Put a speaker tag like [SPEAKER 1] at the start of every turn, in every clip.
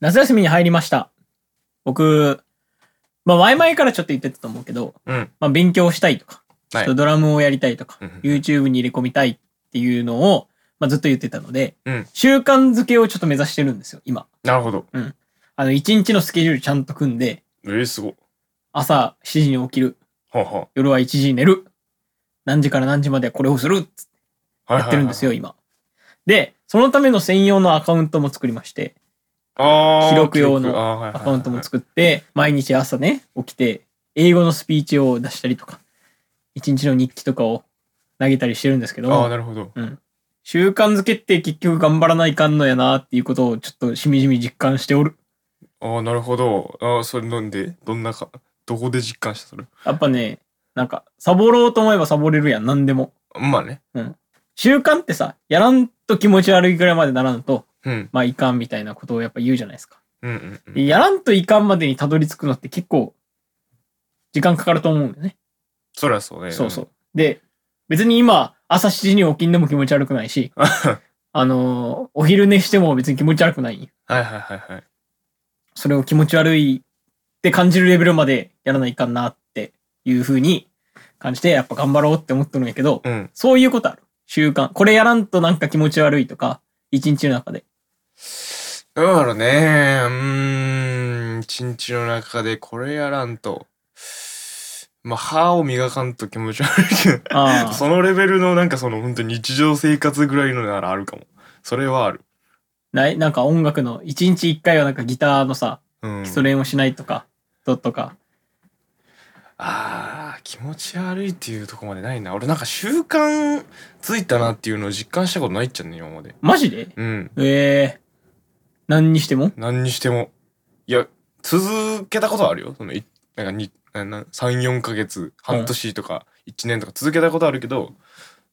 [SPEAKER 1] 夏休みに入りました。僕、まあ前々からちょっと言ってたと思うけど、
[SPEAKER 2] うん。
[SPEAKER 1] まあ勉強したいとか、ちょ
[SPEAKER 2] はい
[SPEAKER 1] っとドラムをやりたいとか、
[SPEAKER 2] うん
[SPEAKER 1] YouTube に入れ込みたいっていうのを、まあずっと言ってたので、
[SPEAKER 2] うん
[SPEAKER 1] 習慣づけをちょっと目指してるんですよ、今。
[SPEAKER 2] なるほど。
[SPEAKER 1] あの、一日のスケジュールちゃんと組んで、
[SPEAKER 2] えー、すごい。
[SPEAKER 1] 朝7時に起きる、
[SPEAKER 2] はあは
[SPEAKER 1] 夜は1時に寝る、何時から何時まではこれをするって
[SPEAKER 2] あ。はいは
[SPEAKER 1] や
[SPEAKER 2] いはい
[SPEAKER 1] ってるんですよ、。今。で、そのための専用のアカウントも作りまして、
[SPEAKER 2] ああ。
[SPEAKER 1] 記録用の
[SPEAKER 2] 記録あーはいはいはい
[SPEAKER 1] アカウントも作って、毎日朝ね、起きて、英語のスピーチを出したりとか、一日の日記とかを投げたりしてるんですけ
[SPEAKER 2] ああ、
[SPEAKER 1] ど、
[SPEAKER 2] なるほど。
[SPEAKER 1] うん。習慣づけって結局頑張らないかんのやなっていうことをちょっとしみじみ実感しておる。
[SPEAKER 2] ああ、なるほど。ああ、それ飲んで、どんなか、どこで実感したそれ。
[SPEAKER 1] やっぱね、なんか、サボろうと思えばサボれるやん、なんでも。
[SPEAKER 2] まあね。
[SPEAKER 1] 習慣ってさ、やらんと気持ち悪いぐらいまでならんと、
[SPEAKER 2] うん。
[SPEAKER 1] まあいかんみたいなことをやっぱ言うじゃないですか。
[SPEAKER 2] うんうんうん。
[SPEAKER 1] でやらんといかんまでにたどり着くのって結構、時間かかると思うんだよね。
[SPEAKER 2] そりゃそうね。
[SPEAKER 1] そうそう。で、別に今、朝7時に起きんでも気持ち悪くないし、
[SPEAKER 2] うん。 は
[SPEAKER 1] あのーお昼寝しても別に気持ち悪くないんよ。
[SPEAKER 2] いはいはいはい。
[SPEAKER 1] それを気持ち悪いって感じるレベルまでやらないかんなっていう風に感じて、やっぱ頑張ろうって思っとるんやけど、
[SPEAKER 2] うん。
[SPEAKER 1] そういうことある。習慣。これやらんとなんか気持ち悪いとか、一日の中で。
[SPEAKER 2] どうだろうね。うーん。一日の中でこれやらんと。まあ、歯を磨かんと気持ち悪いけど。
[SPEAKER 1] ああ、
[SPEAKER 2] そのレベルのなんかその本当に日常生活ぐらいのならあるかも。それはある。
[SPEAKER 1] ないなんか音楽の、一日一回はなんかギターのさ、
[SPEAKER 2] うん。
[SPEAKER 1] 基礎練をしないとか、ととか。
[SPEAKER 2] あー気持ち悪いっていうとこまでないな。俺なんか習慣ついたなっていうのを実感したことないっちゃね、今まで。
[SPEAKER 1] マジで
[SPEAKER 2] うん。
[SPEAKER 1] ええ何にして も
[SPEAKER 2] 何にしても。いや、続けたことはあるよ。そのいなんかになな3、4ヶ月、半年とか、1年とか続けたことあるけど、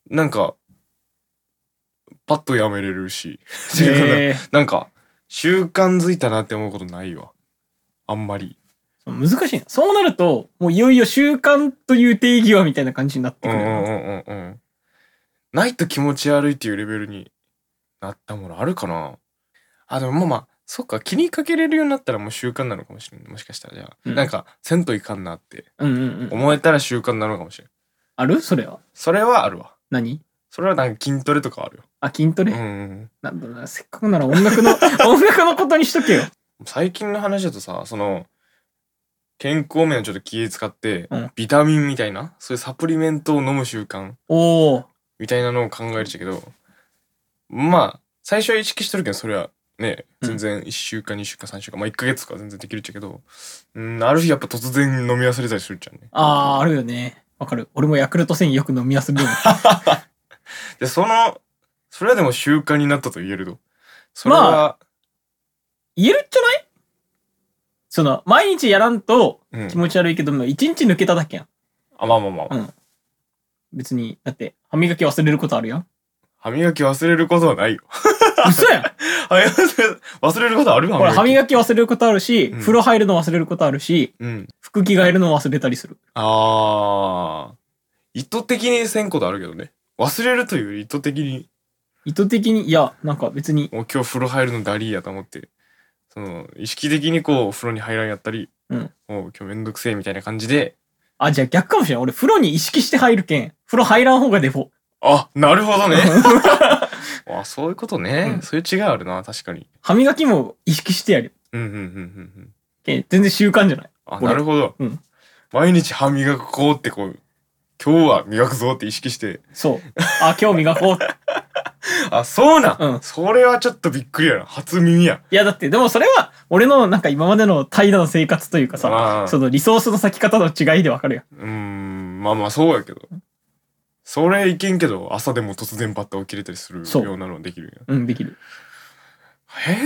[SPEAKER 2] なんか、パッとやめれるし。 っていうかな
[SPEAKER 1] ええ
[SPEAKER 2] なんか、習慣づいたなって思うことないわ。あんまり。
[SPEAKER 1] 難しいな。そうなると、もういよいよ習慣という定義はみたいな感じになって
[SPEAKER 2] う
[SPEAKER 1] く
[SPEAKER 2] んう
[SPEAKER 1] る。
[SPEAKER 2] んうんうんうん。ないと気持ち悪いっていうレベルになったものあるかなあ、でもまあまあ、そっか、気にかけれるようになったらもう習慣なのかもしれない。もしかしたらじゃあ、
[SPEAKER 1] うん
[SPEAKER 2] なんか、銭湯いかんなって
[SPEAKER 1] うんうんうん。
[SPEAKER 2] 思えたら習慣なのかもしれない。
[SPEAKER 1] あるそれは。
[SPEAKER 2] それはあるわ。
[SPEAKER 1] 何
[SPEAKER 2] それはなんか筋トレとかあるよ。
[SPEAKER 1] あ、筋トレ、
[SPEAKER 2] うんうんうん。
[SPEAKER 1] なんだろうな。せっかくなら音楽の、 音楽のことにしとけよ。
[SPEAKER 2] 最近の話だとさ、その、健康面をちょっと気使って、
[SPEAKER 1] うん
[SPEAKER 2] ビタミンみたいな、そういうサプリメントを飲む習慣
[SPEAKER 1] おお。
[SPEAKER 2] みたいなのを考えてたけど、まあ、最初は意識してるけど、それはね、
[SPEAKER 1] うん
[SPEAKER 2] 全然1週間、2週間、3週間、まあ1ヶ月とか全然できるっちゃけど、うん、ある日やっぱ突然飲み忘れたりするじゃんね。
[SPEAKER 1] ああ、あるよね。わかる。俺もヤクルト1000よく飲みやするようになった。
[SPEAKER 2] で、その、それはでも習慣になったと言えると。それは、
[SPEAKER 1] 言えるんじゃないその、毎日やらんと
[SPEAKER 2] うん
[SPEAKER 1] 気持ち悪いけど、一日抜けただけやん。
[SPEAKER 2] あ、まあまあまあ、
[SPEAKER 1] うん別に、だって、歯磨き忘れることあ るやん。
[SPEAKER 2] 歯磨き忘れることはないよ。
[SPEAKER 1] 嘘やん
[SPEAKER 2] あいや忘れ忘れることある
[SPEAKER 1] 俺歯
[SPEAKER 2] き。
[SPEAKER 1] 磨き忘れることあるし、
[SPEAKER 2] うん
[SPEAKER 1] 風呂入るの忘れることあるし、
[SPEAKER 2] うん。
[SPEAKER 1] 服着替えるの忘れたりする。
[SPEAKER 2] ああ。意図的にせんことあるけどね。忘れるというより意図的に
[SPEAKER 1] 意図的に、いや、なんか別に、
[SPEAKER 2] もう今日風呂入るのダリーやと思って、その、意識的にこう、風呂に入らんやったり、
[SPEAKER 1] うん
[SPEAKER 2] もう今日めんどくせえみたいな感じで、
[SPEAKER 1] あ、じゃあ逆かもしれない。俺風呂に意識して入るけん、風呂入らん方がデフォ。
[SPEAKER 2] あ、なるほどね。あ、そういうことね。
[SPEAKER 1] うん
[SPEAKER 2] そういう違いあるな、確かに。
[SPEAKER 1] 歯磨きも意識してやるよ。
[SPEAKER 2] うんうんうんうんうん。
[SPEAKER 1] けん全然習慣じゃない。
[SPEAKER 2] あ、
[SPEAKER 1] 俺
[SPEAKER 2] なるほど。
[SPEAKER 1] うん
[SPEAKER 2] 毎日歯磨こうってこう、今日は磨くぞって意識して、
[SPEAKER 1] そう。あ、今日磨こう。
[SPEAKER 2] あ、そうなん、
[SPEAKER 1] うん
[SPEAKER 2] それはちょっとびっくりやな。初耳や。
[SPEAKER 1] いや、だって、でもそれは、俺のなんか今までの怠惰の生活というかさ、
[SPEAKER 2] まあ、
[SPEAKER 1] そのリソースの割き方の違いでわかるよ。
[SPEAKER 2] うーん、まあまあそうやけど。それいけんけど、朝でも突然バッと起きれたりする
[SPEAKER 1] そう
[SPEAKER 2] ようなのできるやん。
[SPEAKER 1] うん、できる。
[SPEAKER 2] えー、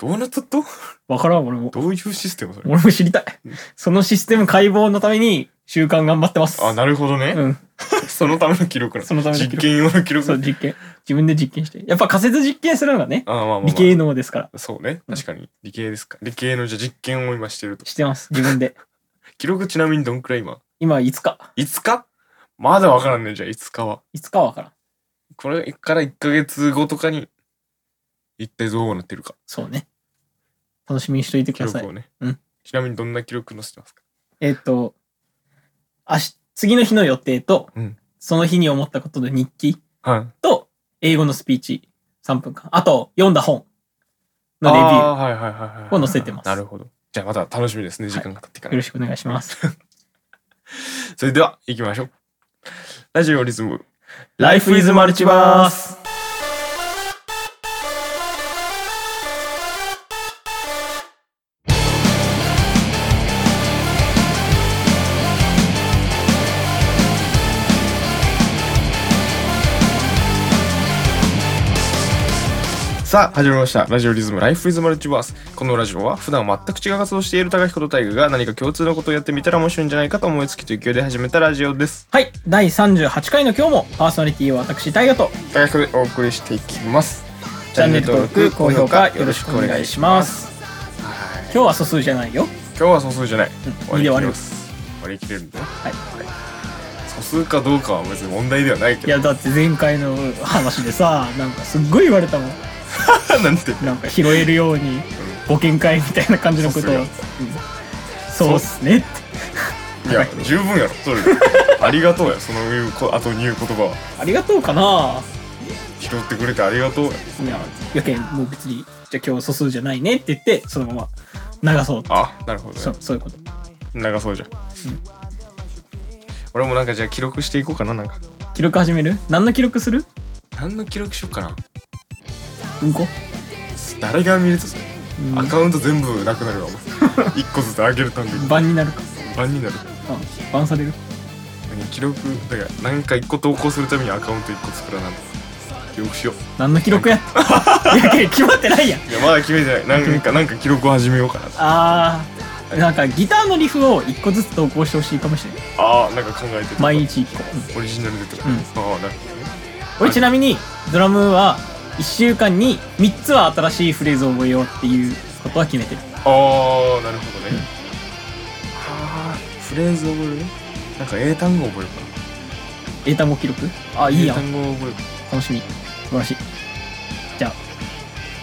[SPEAKER 2] どうなっとっと
[SPEAKER 1] わからん、俺も。
[SPEAKER 2] どういうシステムそれ
[SPEAKER 1] 俺も知りたい
[SPEAKER 2] うん。
[SPEAKER 1] そのシステム解剖のために、習慣頑張ってます。
[SPEAKER 2] あなるほどね、
[SPEAKER 1] うん。
[SPEAKER 2] そのための記録な
[SPEAKER 1] そのための記録
[SPEAKER 2] 実験用の記録
[SPEAKER 1] そう、実験。自分で実験して。やっぱ仮説実験するのがね、
[SPEAKER 2] あまあまあ、まあ、
[SPEAKER 1] 理系能ですから。
[SPEAKER 2] そうね
[SPEAKER 1] うん
[SPEAKER 2] 確かに理系ですか理系のじゃあ実験を今してると
[SPEAKER 1] してます、自分で。
[SPEAKER 2] 記録ちなみにどんくらい今
[SPEAKER 1] 今、いつか。
[SPEAKER 2] 5日まだわからんねじゃあ5日はい
[SPEAKER 1] つかはわからん。
[SPEAKER 2] これから1ヶ月後とかに一体どうなってるか
[SPEAKER 1] そうね。楽しみにしといてく
[SPEAKER 2] 記
[SPEAKER 1] ださい
[SPEAKER 2] 録。をね、
[SPEAKER 1] うん
[SPEAKER 2] ちなみにどんな記録載せてますか
[SPEAKER 1] えっと、明日、次の日の予定と、
[SPEAKER 2] うん
[SPEAKER 1] その日に思ったことの日記
[SPEAKER 2] はい
[SPEAKER 1] と、英語のスピーチ3分間。あと、読んだ本のレビュー。
[SPEAKER 2] あーはいはいはいはい
[SPEAKER 1] を載せてます
[SPEAKER 2] なるほどじゃあまた楽しみですね時間が経ってか
[SPEAKER 1] よ
[SPEAKER 2] ら、
[SPEAKER 1] ろしくお願いします。
[SPEAKER 2] それでは行きましょうラジオリズム
[SPEAKER 1] Life is Multiverse!
[SPEAKER 2] さあ始まりましたラジオリズム Life is Multiverse このラジオは普段は全く違う活動をしている高彦と大我が何か共通のことをやってみたら面白いんじゃないかと思いつきと勢いで始めたラジオです
[SPEAKER 1] はい、第38回の今日もパーソナリティは私、大河と、
[SPEAKER 2] 高彦でお送りしていきます
[SPEAKER 1] チャンネル登録、高評価よろしくお願いします。
[SPEAKER 2] はい
[SPEAKER 1] 今日は素数じゃないよ。
[SPEAKER 2] 今日は素数じゃない、
[SPEAKER 1] うん
[SPEAKER 2] 割り切れます割り切れるんだよ
[SPEAKER 1] はい。
[SPEAKER 2] 素数かどうかは別に問題ではないけ
[SPEAKER 1] い
[SPEAKER 2] ど
[SPEAKER 1] や、だって前回の話でさ、なんかすっごい言われたもん。
[SPEAKER 2] なんて
[SPEAKER 1] なんか拾えるように、冒険会みたいな感じのことを。うんそうっすねって。
[SPEAKER 2] いや十分やろそれ でありがとうやその言うこ後に言う言葉は
[SPEAKER 1] ありがとうかな
[SPEAKER 2] 拾ってくれてありがとうや
[SPEAKER 1] いや、やけん、もう別に、じゃあ今日素数じゃないねって言って、そのまま流そうと。
[SPEAKER 2] あなるほど
[SPEAKER 1] そ
[SPEAKER 2] ね
[SPEAKER 1] う、そういうこと。
[SPEAKER 2] 長そうじゃん、俺もなんかじゃあ記録していこうかななんか
[SPEAKER 1] 記録始める何の記録する
[SPEAKER 2] 何の記録しようかな
[SPEAKER 1] うんこ
[SPEAKER 2] 誰が見るとそれ
[SPEAKER 1] うん
[SPEAKER 2] アカウント全部なく なるわもう一個ずつ上げるたんびに
[SPEAKER 1] 番になるか。
[SPEAKER 2] 番になる
[SPEAKER 1] あ、番される
[SPEAKER 2] 何記録だから何か一個投稿するためにアカウント一個作らなん記録しよう
[SPEAKER 1] 何の記 録やいや決まってないやん
[SPEAKER 2] いやまだ決めてないなんかなんか記録を始めようかな
[SPEAKER 1] あーなんかギターのリフを1個ずつ投稿してほしいかもしれない
[SPEAKER 2] あーなんか考えてた
[SPEAKER 1] 毎日1個、うん
[SPEAKER 2] オリジナルでとか、
[SPEAKER 1] うん
[SPEAKER 2] ああなるほどね
[SPEAKER 1] 俺ちなみにドラムは1週間に3つは新しいフレーズを覚えようっていうことは決めてる
[SPEAKER 2] ああなるほどね、
[SPEAKER 1] うん
[SPEAKER 2] ああフレーズ覚えるねなんか英単語覚えるかな
[SPEAKER 1] 英単語記録あいい
[SPEAKER 2] 英
[SPEAKER 1] やん
[SPEAKER 2] 単語覚える
[SPEAKER 1] 楽しみ素晴らしいじゃあ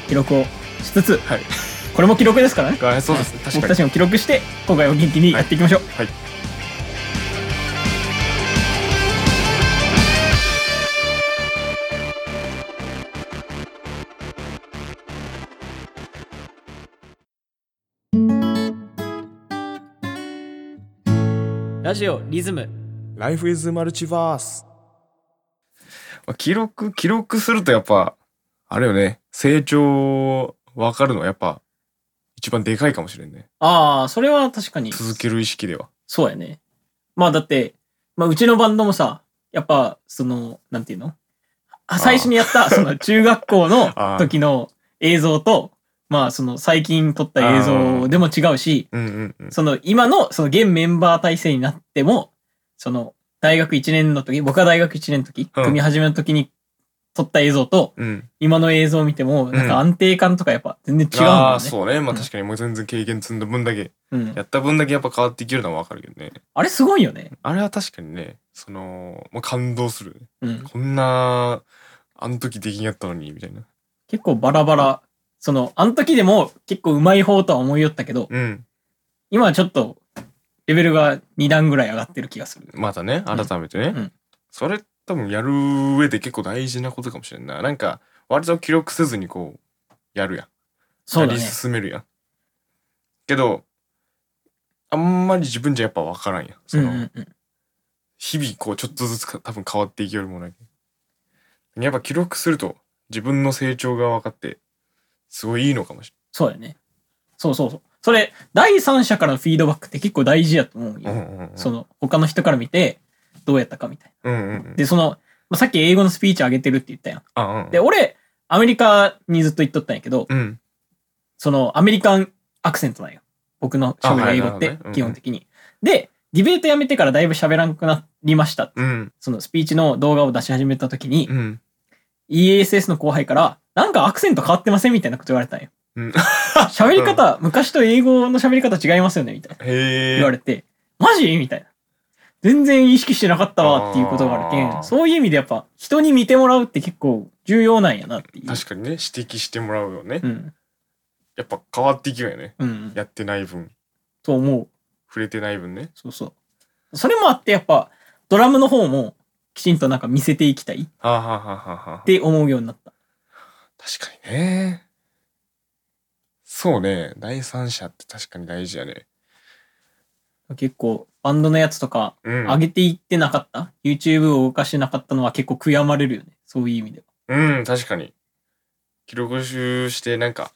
[SPEAKER 1] 記録をしつつ
[SPEAKER 2] はい
[SPEAKER 1] これも記録ですからね
[SPEAKER 2] あそうですね確
[SPEAKER 1] 僕
[SPEAKER 2] か
[SPEAKER 1] た
[SPEAKER 2] に
[SPEAKER 1] ちも記録して今回も元気にやっていきましょう、
[SPEAKER 2] はい
[SPEAKER 1] ラジオリズム
[SPEAKER 2] Life is Multiverse 記録記録するとやっぱあれよね成長分かるのはやっぱ一番でかいかもしれんね
[SPEAKER 1] ああそれは確かに
[SPEAKER 2] 続ける意識では
[SPEAKER 1] そうやね。まあだって、まあうちのバンドもさ、やっぱ、その、なんていうのあ最初にやった、その中学校の
[SPEAKER 2] あー
[SPEAKER 1] 時の映像と、まあその最近撮った映像でも違うし、
[SPEAKER 2] うんうんうん
[SPEAKER 1] その今のその現メンバー体制になっても、その大学1年の時、僕は大学1年の時、
[SPEAKER 2] うん
[SPEAKER 1] 組み始めの時に撮った映像と、
[SPEAKER 2] うん、
[SPEAKER 1] 今の映像を見ても、なんか安定感とかやっぱ全然違うん
[SPEAKER 2] あ
[SPEAKER 1] だ
[SPEAKER 2] あ
[SPEAKER 1] ね。
[SPEAKER 2] そうねま
[SPEAKER 1] う
[SPEAKER 2] あ
[SPEAKER 1] ん
[SPEAKER 2] 確かにもう全然経験積んだ分だけ
[SPEAKER 1] うん
[SPEAKER 2] やった分だけやっぱ変わっていけるのは分かるけどね
[SPEAKER 1] あれすごいよね。
[SPEAKER 2] あれは確かにねそのもう感動するね
[SPEAKER 1] うん。
[SPEAKER 2] こんなあの時できんやったのにみたいな
[SPEAKER 1] 結構バラバラ。その、あの時でも結構うまい方とは思いよったけど、
[SPEAKER 2] うん
[SPEAKER 1] 今はちょっとレベルが2段ぐらい上がってる気がする。
[SPEAKER 2] またね改めてね、
[SPEAKER 1] うん
[SPEAKER 2] それ多分やる上で結構大事なことかもしれんないなんか割と記録せずにこうやるやん
[SPEAKER 1] そうだ
[SPEAKER 2] や
[SPEAKER 1] ね
[SPEAKER 2] り。進めるやんけどあんまり自分じゃやっぱ分からんやんそ
[SPEAKER 1] うんう
[SPEAKER 2] の、
[SPEAKER 1] んうん。
[SPEAKER 2] 日々こうちょっとずつか多分変わっていくよりもないやっぱ記録すると自分の成長が分かってすごいいいのかもし
[SPEAKER 1] そうだよね。そうそうそう。それ、第三者からのフィードバックって結構大事やと思う
[SPEAKER 2] れ
[SPEAKER 1] よ。
[SPEAKER 2] ない、うんうんうん、
[SPEAKER 1] その、他の人から見て、どうやったかみたい
[SPEAKER 2] うんうんうん
[SPEAKER 1] な。で、その、まあ、さっき英語のスピーチ上げてるって言ったやん。
[SPEAKER 2] あうん
[SPEAKER 1] で、俺、アメリカにずっと行っとったんやけど、
[SPEAKER 2] うん
[SPEAKER 1] その、アメリカンアクセントなんよ。僕の喋る英語っ
[SPEAKER 2] あはいなる
[SPEAKER 1] て
[SPEAKER 2] ほどねうんう、ん
[SPEAKER 1] 基本的に。で、ディベートやめてからだいぶ喋らんくなりました
[SPEAKER 2] うん
[SPEAKER 1] そのスピーチの動画を出し始めた時に
[SPEAKER 2] う、ん
[SPEAKER 1] EASS の後輩から、なんかアクセント変わってませんみたいなこと言われたんよ。
[SPEAKER 2] うん
[SPEAKER 1] 喋り方、昔と英語の喋り方違いますよねみたいな。
[SPEAKER 2] へえ
[SPEAKER 1] 言われて、マジみたいな。全然意識してなかったわっていうことがあるけ
[SPEAKER 2] あー
[SPEAKER 1] ん、そういう意味でやっぱ人に見てもらうって結構重要なんやなっていう。
[SPEAKER 2] 確かにね指摘してもらうよね、
[SPEAKER 1] うん。
[SPEAKER 2] やっぱ変わっていくよね。
[SPEAKER 1] うんうん。
[SPEAKER 2] やってない分、
[SPEAKER 1] と思う。
[SPEAKER 2] 触れてない分ね。
[SPEAKER 1] そうそう。それもあって、やっぱ、ドラムの方も、きちんとなんか見せていきたいっ
[SPEAKER 2] はあ、はあはあはあはあ、
[SPEAKER 1] て思うようになった。
[SPEAKER 2] 確かにね。そうね。第三者って確かに大事やね。
[SPEAKER 1] 結構、バンドのやつとか、
[SPEAKER 2] うん。
[SPEAKER 1] 上げていってなかった、YouTube を動かしてなかったのは結構悔やまれるよね。そういう意味では。
[SPEAKER 2] うん、確かに。記録集して、なんか、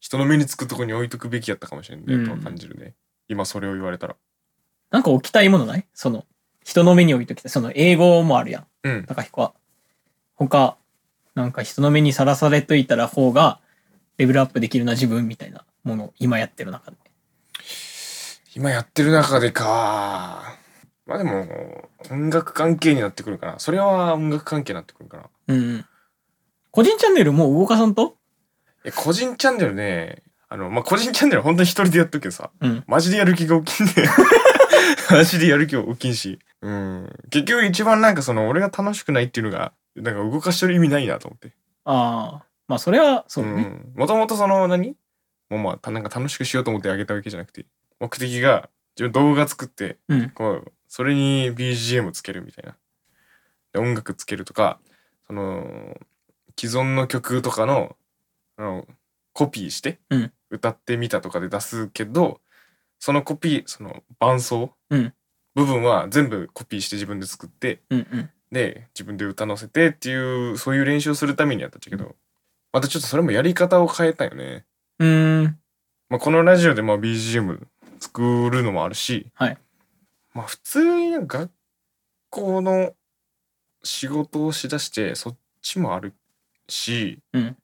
[SPEAKER 2] 人の目につくとこに置いとくべきやったかもしれんね。
[SPEAKER 1] うん
[SPEAKER 2] やっぱ感じるね。今それを言われたら。
[SPEAKER 1] なんか置きたいものないその、人の目に置いときたい。その、英語もあるやん。
[SPEAKER 2] うん。
[SPEAKER 1] 高彦は。他、なんか人の目にさらされといたら方が、レベルアップできるな自分みたいなものを今やってる中で。
[SPEAKER 2] 今やってる中でか。まあでも、音楽関係になってくるかな。それは音楽関係になってくるかな。
[SPEAKER 1] うんうん。個人チャンネルもう動かさんと
[SPEAKER 2] え、個人チャンネルね、あの、まあ、個人チャンネルは本当に一人でやっとくけどさ、
[SPEAKER 1] うん。
[SPEAKER 2] マジでや る気が起きんね。マジでやる気が起きんし。うん。結局一番なんかその、俺が楽しくないっていうのが、なんか動かしてる意味ないなと思って。
[SPEAKER 1] ああ。まあそれはそうだね。
[SPEAKER 2] ん。もともとその何、もうまあ、たなんか楽しくしようと思ってあげたわけじゃなくて、目的が、自分動画作って、
[SPEAKER 1] うん。
[SPEAKER 2] こう、それに BGM つけるみたいな。で、音楽つけるとか、その、既存の曲とかの、あの、コピーして
[SPEAKER 1] うん、
[SPEAKER 2] 歌ってみたとかで出すけど、そのコピー、その伴奏、
[SPEAKER 1] うん
[SPEAKER 2] 部分は全部コピーして自分で作って、
[SPEAKER 1] うんうん。
[SPEAKER 2] で、自分で歌のせてっていう、そういう練習をするためにやったんだけど、またちょっとそれもやり方を変えたよね。
[SPEAKER 1] うーん。
[SPEAKER 2] まあ、このラジオでまあ BGM 作るのもあるし、
[SPEAKER 1] はい
[SPEAKER 2] まあ、普通に学校の仕事をしだしてそっちもあるし、
[SPEAKER 1] うん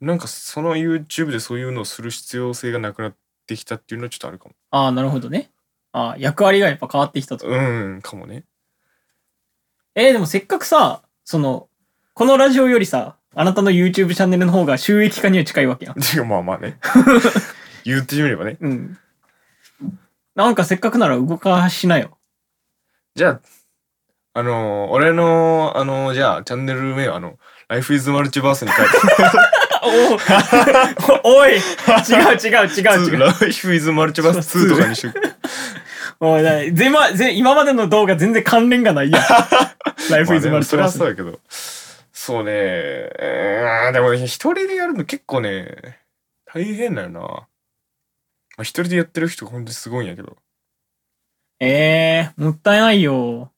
[SPEAKER 2] なんかその YouTube でそういうのをする必要性がなくなってきたっていうのはちょっとあるかも。
[SPEAKER 1] ああ、なるほどね。ああ、役割がやっぱ変わってきたと。
[SPEAKER 2] うん、かもね。
[SPEAKER 1] えー、でもせっかくさ、その、このラジオよりさ、あなたの YouTube チャンネルの方が収益化には近いわけやん。
[SPEAKER 2] てかまあま あね。言ってみればね。
[SPEAKER 1] うん。なんかせっかくなら動かしなよ。
[SPEAKER 2] じゃあ、あのー俺の、あのーじゃあ、チャンネル名をあの、Life is Multiverse に変えて。
[SPEAKER 1] お おい違う違う違う 違う。
[SPEAKER 2] ライフイズマルチバース2とかにしよ う。
[SPEAKER 1] おい、だい全ま全今までの動画全然関連がないや ん。ライフイズマルチバース
[SPEAKER 2] まあねそれはそうやけど。そうね。えーでもね一人でやるの結構ね、大変だよな。まあ、一人でやってる人が本当にすごいんやけど。
[SPEAKER 1] ええー、もったいないよ。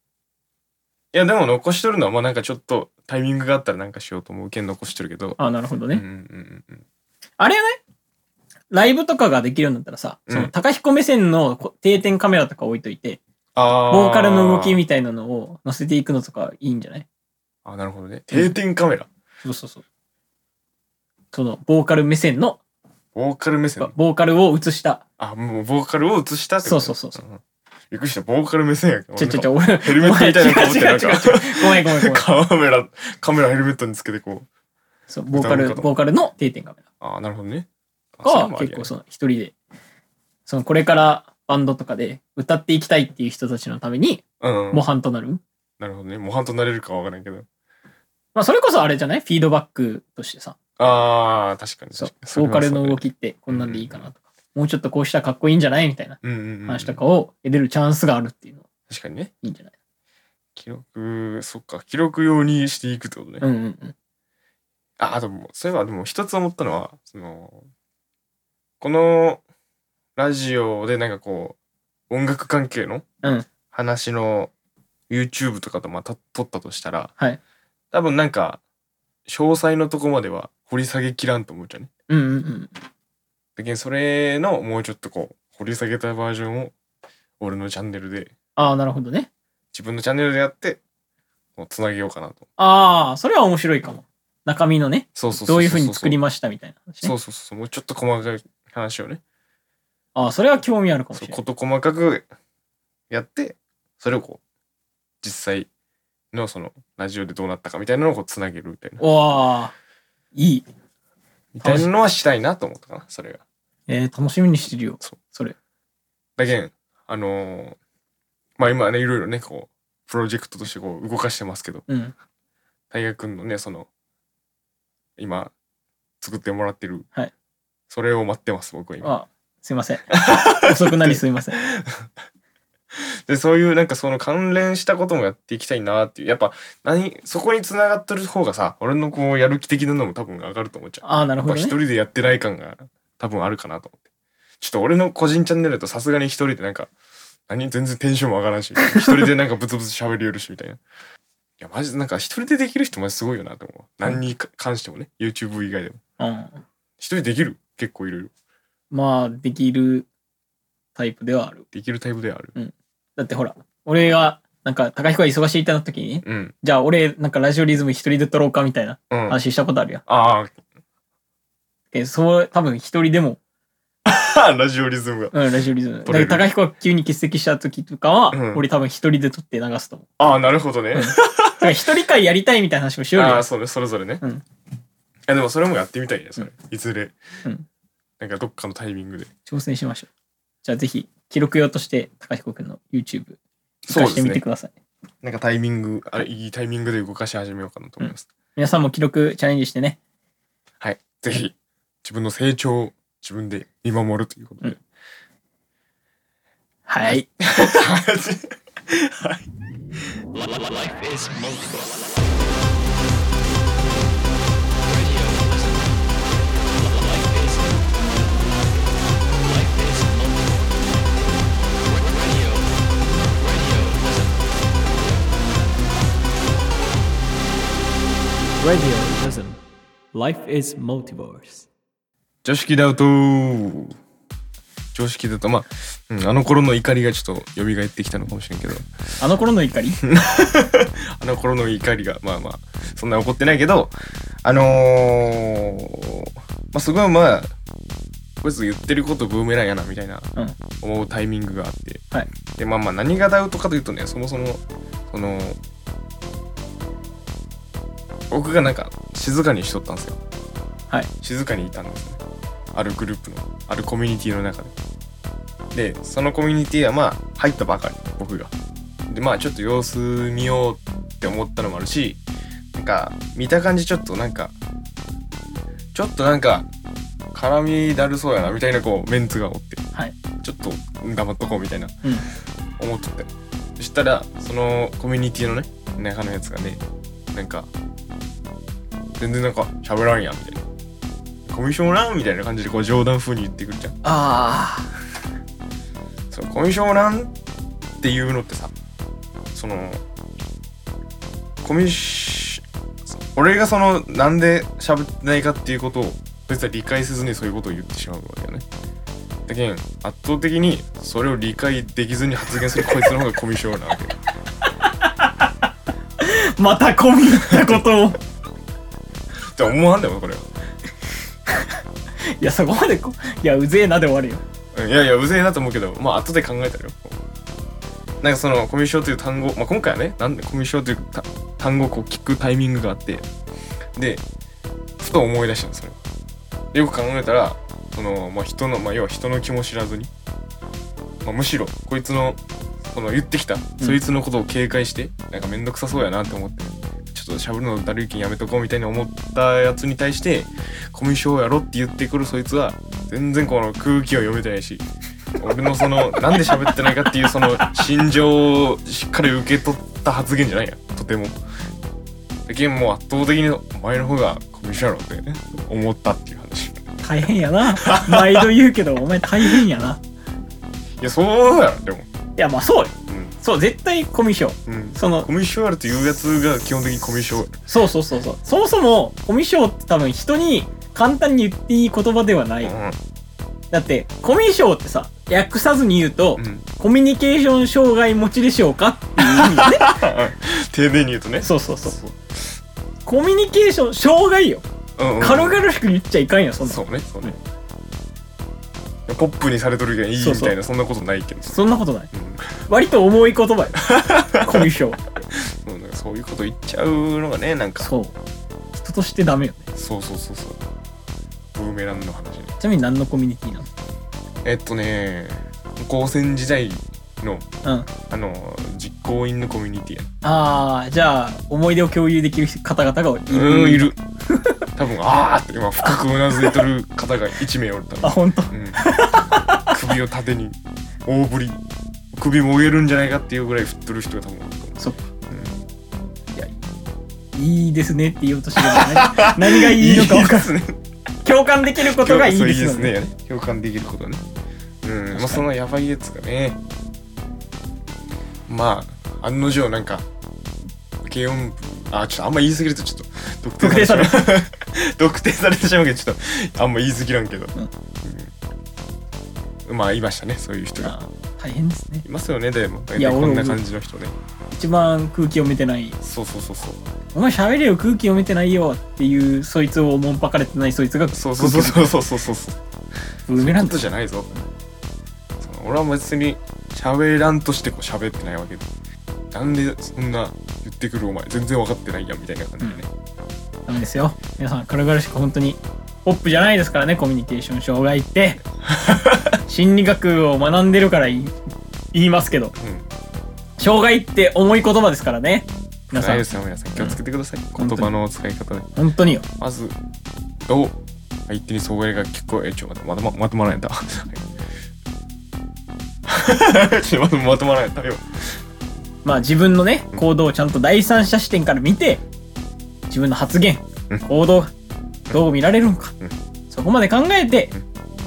[SPEAKER 2] いや、でも残しとるのは、まあなんかちょっとタイミングがあったらなんかしようと思うけん残しとるけど。
[SPEAKER 1] あ、なるほど
[SPEAKER 2] うんう
[SPEAKER 1] ね。
[SPEAKER 2] んうん
[SPEAKER 1] あれね、ライブとかができるようになったらさ、その、
[SPEAKER 2] うん
[SPEAKER 1] 高彦目線のこ定点カメラとか置いといて、
[SPEAKER 2] あ
[SPEAKER 1] ボーカルの動き
[SPEAKER 2] 見
[SPEAKER 1] みたいなのを載せていくのとかいいんじゃない
[SPEAKER 2] あ、なるほどね。定点カメラ。
[SPEAKER 1] そうそうそう。その、ボーカル目線の、
[SPEAKER 2] ボーカル目線。
[SPEAKER 1] ボーカルを映した。
[SPEAKER 2] あ、もうボーカルを映したってこと
[SPEAKER 1] そうそうそ
[SPEAKER 2] うん。びっくりした。ボーカル目線やから。
[SPEAKER 1] ちょちょちょ、俺、
[SPEAKER 2] ヘルメットみたいなのかぶってなんか
[SPEAKER 1] お前違う違う違うごめんごめん ごめん。
[SPEAKER 2] カメラ、カメラヘルメットにつけてこう。
[SPEAKER 1] そう、ボーカ
[SPEAKER 2] 歌う
[SPEAKER 1] ル、
[SPEAKER 2] のかと
[SPEAKER 1] ボーカルの定点カメ
[SPEAKER 2] ああ、なるほどね。あ
[SPEAKER 1] ラ
[SPEAKER 2] それ
[SPEAKER 1] が
[SPEAKER 2] もあり
[SPEAKER 1] 結
[SPEAKER 2] や
[SPEAKER 1] 構その、一人で、その、これからバンドとかで歌っていきたいっていう人たちのために、
[SPEAKER 2] うん、うん
[SPEAKER 1] 模。範となる。
[SPEAKER 2] なるほどね。模範となれるかはわからんけど。
[SPEAKER 1] まあ、それこそあれじゃないフィードバックとしてさ、
[SPEAKER 2] ああ、確かに
[SPEAKER 1] そう
[SPEAKER 2] 確かに。、
[SPEAKER 1] ボーカルの動
[SPEAKER 2] き。
[SPEAKER 1] きってこんなんでいいかなとか、もうちょっとこうしたらかっこいいんじゃないみたいな
[SPEAKER 2] うんうん、うん。
[SPEAKER 1] 話とかを得れるチャンスがあるっていうのは
[SPEAKER 2] 確かにね。
[SPEAKER 1] いいんじゃない
[SPEAKER 2] 記録、そっか、記録用にしていくってことね。
[SPEAKER 1] うんうんうん。
[SPEAKER 2] あ、あともう、そういえば、でも一つ思ったのは、その、このラジオでなんかこう、音楽関係の
[SPEAKER 1] うん
[SPEAKER 2] 話の YouTube とかとまた撮ったとしたら、
[SPEAKER 1] はい
[SPEAKER 2] 多分なんか、詳細のとこまでは掘り下げきらんと思うじゃんね。
[SPEAKER 1] うんうんうん。
[SPEAKER 2] だけどそれのもうちょっとこう掘り下げたバージョンを俺のチャンネルで
[SPEAKER 1] ああ、なるほどね。
[SPEAKER 2] 自分のチャンネルでやってもうつなげようかなと
[SPEAKER 1] ああ、それは面白いかも。中身のね、
[SPEAKER 2] そうそう
[SPEAKER 1] どういうふうに作り
[SPEAKER 2] ま
[SPEAKER 1] ましたみたいな話ね。
[SPEAKER 2] そうそうそうもうちょっと細かい話をね
[SPEAKER 1] ああ、それは興味あるかもし
[SPEAKER 2] そう
[SPEAKER 1] れない。
[SPEAKER 2] こと細かくやってそれをこう実際のそのラジオでどうなったかみたいなのをこうつなげるみたいな
[SPEAKER 1] おわあ、いい。
[SPEAKER 2] みたいなのはしたいなと思ったかなそれが
[SPEAKER 1] えー、楽しみにしてるよ。
[SPEAKER 2] そう
[SPEAKER 1] それ。
[SPEAKER 2] だけんあのーまあ今ねいろいろねこうプロジェクトとしてこう動かしてますけど
[SPEAKER 1] うん。
[SPEAKER 2] 大学のねその今作ってもらってる。
[SPEAKER 1] はい
[SPEAKER 2] それを待ってます、僕は今。
[SPEAKER 1] あ、すいません。遅くなりすいません。
[SPEAKER 2] で、そういうなんかその関連したこともやっていきたいなっていう。やっぱ、何、そこに繋がってる方がさ、俺のこう、やる気的なのも多分上がると思っちゃう。
[SPEAKER 1] ああ、なる
[SPEAKER 2] やっ
[SPEAKER 1] ほ
[SPEAKER 2] ぱ
[SPEAKER 1] ど
[SPEAKER 2] 一
[SPEAKER 1] ね。
[SPEAKER 2] 人でやってない感が多分あるかなと思って。ちょっと俺の個人チャンネルだとさすがに一人でなんか、何全然テンションも上がらんし、一人でなんかブツブツ喋りよるしみたいな。いや、マジでなんか一人でできる人マジすごいよなと思う。何にか関してもね、YouTube 以外でも。
[SPEAKER 1] うん。
[SPEAKER 2] 一人できる結構いろいろ。
[SPEAKER 1] まあ、できるタイプではある。
[SPEAKER 2] できるタイプではある。
[SPEAKER 1] だってほら、俺が、なんか、高彦が忙しいってなった時に、
[SPEAKER 2] うん。
[SPEAKER 1] じゃあ俺、なんかラジオリズム一人で撮ろうかみたいな
[SPEAKER 2] うん。あ
[SPEAKER 1] 話したことあるやん。
[SPEAKER 2] あ
[SPEAKER 1] え、そう、多分一人でも、
[SPEAKER 2] ー、ラジオリズムが。
[SPEAKER 1] うん、ラジオリズム。だ
[SPEAKER 2] 撮
[SPEAKER 1] か
[SPEAKER 2] れ
[SPEAKER 1] ら
[SPEAKER 2] る
[SPEAKER 1] 高彦が急に欠席した時とかは、
[SPEAKER 2] うん
[SPEAKER 1] 俺多分一人で撮って流すと思う。
[SPEAKER 2] ああ、なるほどね。
[SPEAKER 1] だから一人会やりたいみたいな話もしよう
[SPEAKER 2] ああ、
[SPEAKER 1] よ。
[SPEAKER 2] それ、それぞれね。
[SPEAKER 1] うん
[SPEAKER 2] いや、でもそれもやってみたいね、それ。いずれ。
[SPEAKER 1] うん
[SPEAKER 2] なんかどっかのタイミングで。
[SPEAKER 1] 挑戦しましょう。じゃあぜひ、記録用として高彦くんの YouTube、活
[SPEAKER 2] そ
[SPEAKER 1] か
[SPEAKER 2] うで
[SPEAKER 1] し
[SPEAKER 2] す
[SPEAKER 1] てみ
[SPEAKER 2] ね
[SPEAKER 1] て。ください。
[SPEAKER 2] なんかタイミング、あれ、いいタイミングで動かし始めようかなと思います。
[SPEAKER 1] 皆さんも記録チャレンジしてね。
[SPEAKER 2] はい。ぜひ、自分の成長を自分で見守るという ことで。
[SPEAKER 1] はい。
[SPEAKER 2] はい。
[SPEAKER 3] Radio Listen. Life is multiverse.
[SPEAKER 2] 常識だと、常識だと、まあ、うんあの頃の怒りがちょっと蘇ってきたのかもしれんけど、
[SPEAKER 1] あの頃の 怒り
[SPEAKER 2] あの頃の怒りが、まあまあ、そんな怒ってないけど、あのーまあすごいまあ、こいつ言ってることブーメランやな、みたいな
[SPEAKER 1] うん。
[SPEAKER 2] 思うタイミングがあって、
[SPEAKER 1] はい。
[SPEAKER 2] でまあまあ何がダウトかというとねそもそもその僕がなんか静かにしとったんですよ
[SPEAKER 1] はい
[SPEAKER 2] 静かにいたんですねあるグループのあるコミュニティの中ででそのコミュニティはまあ入ったばかり僕がでまあちょっと様子見ようって思ったのもあるしなんか見た感じちょっとなんかちょっとなんか絡みだるそうやなみたいなこうメンツがおって、
[SPEAKER 1] はい
[SPEAKER 2] ちょっと黙っとこうみたいな
[SPEAKER 1] うん。
[SPEAKER 2] 思っとってそしたらそのコミュニティのね中のやつがねなんか全然なんか喋らんやんみたいなコミュ障なんみたいな感じでこう冗談風に言ってくるじゃん
[SPEAKER 1] ああ。
[SPEAKER 2] そのコミュ障なんっていうのってさそのコミュし俺がそのなんで喋ってないかっていうことを別は理解せずにそういうことを言ってしまうわけよねだけん圧倒的にそれを理解できずに発言するこいつの方がコミュ障なわけよ
[SPEAKER 1] また込み入ったことを。
[SPEAKER 2] って思わんだよこれは、
[SPEAKER 1] いや、そこまでこ、いや、うぜえなで終わるよ。
[SPEAKER 2] うんいやいやうぜえなと思うけどまあ後で考えたらよなんかそのコミュ障という単語、まあ、今回はねなんでコミュ障というた単語をこう聞くタイミングがあってでふと思い出したんですそれでよく考えたらその、まあ、人の、まあ、要は人の気も知らずに、まあ、むしろこいつのその言ってきた、そいつのことを警戒してなんか面倒くさそうやなって思ってちょっとしゃべるのだるいけんやめとこうみたいに思ったやつに対してコミュ障やろって言ってくるそいつは全然この空気を読めてないし俺のそのなんで喋ってないかっていうその心情をしっかり受け取った発言じゃないやとても。だけんもう圧倒的にお前の方がコミュ障やろってね思ったっていう話。い
[SPEAKER 1] 大変やな。毎度言う けど、お前大変やな。
[SPEAKER 2] やそうやろでも。
[SPEAKER 1] いや、まあそうよ。そう、絶対コミュ障。
[SPEAKER 2] うんうん。
[SPEAKER 1] その
[SPEAKER 2] コ、ミュ障やろっていうやつが基本的にコミュ障
[SPEAKER 1] そうそうそうそう。そもそも、コミュ障って多分人に簡単に言っていい言葉ではない。
[SPEAKER 2] や。
[SPEAKER 1] だって、コミュ障ってさ、訳さずに言うと
[SPEAKER 2] う、ん。うん。
[SPEAKER 1] コミュニケーション障害持ちでしょうかっていう意味だね。
[SPEAKER 2] 丁寧に言うとね。
[SPEAKER 1] そうそうそう。コミュニケーション障害よ。
[SPEAKER 2] うんうん。
[SPEAKER 1] 軽々しく言っちゃいかんよ、そんな。
[SPEAKER 2] そうねそうね。ポップにされとるけんいいみたいな
[SPEAKER 1] そうそう
[SPEAKER 2] そんなことないけど。
[SPEAKER 1] そんなことない。
[SPEAKER 2] うん
[SPEAKER 1] 割と重い言葉よ。 コミュ障。
[SPEAKER 2] うんなんかそういうこと言っちゃうのがねなんかそ
[SPEAKER 1] そう。人としてダメよね。
[SPEAKER 2] うそうそうそうブーメランの話ね
[SPEAKER 1] ちなみに何のコミュニティな
[SPEAKER 2] えっとね高専時代の
[SPEAKER 1] のうん。
[SPEAKER 2] あの実行委員のコミュニティや
[SPEAKER 1] ああ、じゃあ、思い出を共有できる方々がいる。
[SPEAKER 2] うんいる多分あーって今深くうなずいてる方が1名おるた
[SPEAKER 1] あ、本当。
[SPEAKER 2] うん、首を縦に大振り首もげるんじゃないかっていうぐらい振っとる人が多分多いと思う
[SPEAKER 1] そっか。いや、いいですねって言おうとしてる からね。何がいいのか分かんない。
[SPEAKER 2] いいですね
[SPEAKER 1] 共感できることがいいですよ
[SPEAKER 2] そう
[SPEAKER 1] ね。
[SPEAKER 2] いいですね共感できることねうん
[SPEAKER 1] かに
[SPEAKER 2] まあそのやばいやつがねまあ案の定なんか軽音部あちょっとあんま言い過ぎるとちょっと特定され 特定されてしまうけどちょっとあんま言い過ぎらんけど、
[SPEAKER 1] ん
[SPEAKER 2] うんまあいましたねそういう人が
[SPEAKER 1] あ大変ですね。
[SPEAKER 2] いますよねでも大
[SPEAKER 1] いや
[SPEAKER 2] 体こん
[SPEAKER 1] 俺
[SPEAKER 2] な
[SPEAKER 1] も
[SPEAKER 2] 感じの人ね
[SPEAKER 1] 一番空気読めてない。
[SPEAKER 2] そうそうそうそう
[SPEAKER 1] お前喋れよ、空気読めてないよっていう、そいつをもんぱかれてないそいつが、
[SPEAKER 2] そうそうそうそうそうそうそう
[SPEAKER 1] ブーメラン
[SPEAKER 2] こと
[SPEAKER 1] ド
[SPEAKER 2] じゃないぞその俺は別に喋らんとしてこう喋ってないわけでなんでそんな言ってくるお前全然分かってないやんみたいな感じでね、
[SPEAKER 1] ダメですよ。皆さん、軽々しく本当に、ポップじゃないですからね、コミュニケーション障害っ て。心理学を学んでるから言い言いますけど、
[SPEAKER 2] うん
[SPEAKER 1] 障害って重い言葉ですからね。皆さ
[SPEAKER 2] 大丈夫で
[SPEAKER 1] ん、
[SPEAKER 2] すよ皆さん気をつけてください、
[SPEAKER 1] ん
[SPEAKER 2] 言葉の使い方で
[SPEAKER 1] 本当によ。
[SPEAKER 2] まずお相手に相互が結構えちょ待ってまとままとまらないんだ はいちょっとまとまらないんだよ
[SPEAKER 1] まあ自分のね、行動をちゃんと第三者視点から見て、自分の発言
[SPEAKER 2] うん、
[SPEAKER 1] 行動がどう見られるのか
[SPEAKER 2] うん、
[SPEAKER 1] そこまで考えて、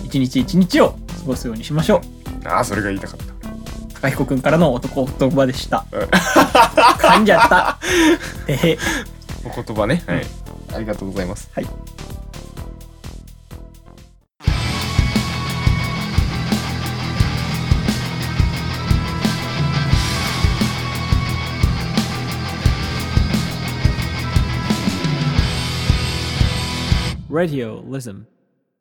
[SPEAKER 1] 一日一日を過ごすようにしましょう。
[SPEAKER 2] ああそれが言いたかった
[SPEAKER 1] 高彦くんからの男言葉でした。噛んじゃ った。えへ。
[SPEAKER 2] お言葉ね、はいありがとうございます
[SPEAKER 1] はい。
[SPEAKER 3] Radio Lism.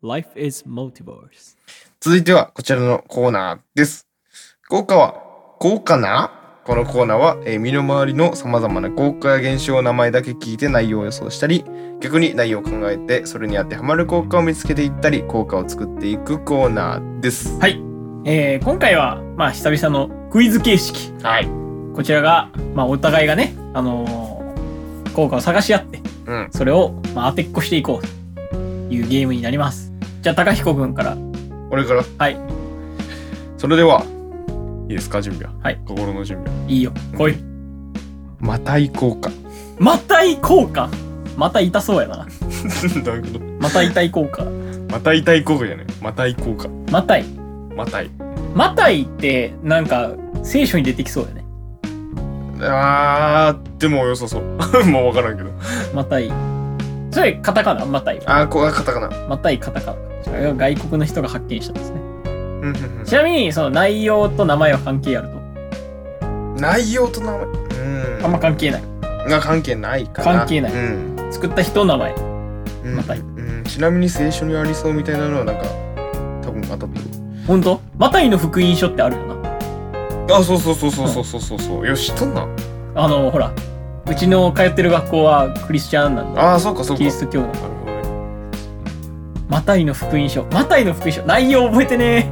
[SPEAKER 3] Life is multiverse.
[SPEAKER 2] 続いてはこちらのコーナーです。効果は効果なこのコーナーは、えー身の回りのさまざまな効果や現象を名前だけ聞いて内容を予想したり逆に内容を考えてそれに当てはまる効果を見つけていったり効果を作っていくコーナーです。
[SPEAKER 1] はい。えー今回は、まあ久々のクイズ形式。
[SPEAKER 2] はい。
[SPEAKER 1] こちらが、まあお互いがね、あのー効果を探し合って、
[SPEAKER 2] うん。
[SPEAKER 1] それを、まあ、当てっこしていこうというゲームになります。じゃあ、高彦くんから。
[SPEAKER 2] 俺から
[SPEAKER 1] はい、
[SPEAKER 2] それではいいですか準備は。
[SPEAKER 1] はい。
[SPEAKER 2] 心の準備は。
[SPEAKER 1] いいよ。来い。
[SPEAKER 2] またい効果。
[SPEAKER 1] また行こうか。また痛そうやな。
[SPEAKER 2] どういうこと
[SPEAKER 1] また痛いこうか。
[SPEAKER 2] またいたい効果じゃない。またい効果。
[SPEAKER 1] またい。
[SPEAKER 2] またい。
[SPEAKER 1] またいって、なんか、聖書に出てきそうやね。
[SPEAKER 2] あーでもおよそそう。もう 分からんけど。
[SPEAKER 1] またい。それ、カタカナまたい。
[SPEAKER 2] あーこがカタカナ。
[SPEAKER 1] またいカタカナ。それが外国の人が発見したんですね。
[SPEAKER 2] うんうんうん
[SPEAKER 1] ちなみに、その内容と名前は関係あると。
[SPEAKER 2] 内容と名前うん
[SPEAKER 1] あんま関係ない。
[SPEAKER 2] が関係ないかな
[SPEAKER 1] 関係ない
[SPEAKER 2] うん
[SPEAKER 1] 作った人の名前。
[SPEAKER 2] うん
[SPEAKER 1] またい
[SPEAKER 2] うんちなみに聖書にありそうみたいなのはなんか多分当たってる
[SPEAKER 1] ほんとまたいの福音書ってあるよな。
[SPEAKER 2] あそうそうそうそうそうそうそうそうよしとんな
[SPEAKER 1] あの、ほら、うちの通ってる学校はクリスチャンなんだ。
[SPEAKER 2] ああそうかそうか
[SPEAKER 1] キリスト教の。マタイの福音書。マタイの福音書。内容覚えてね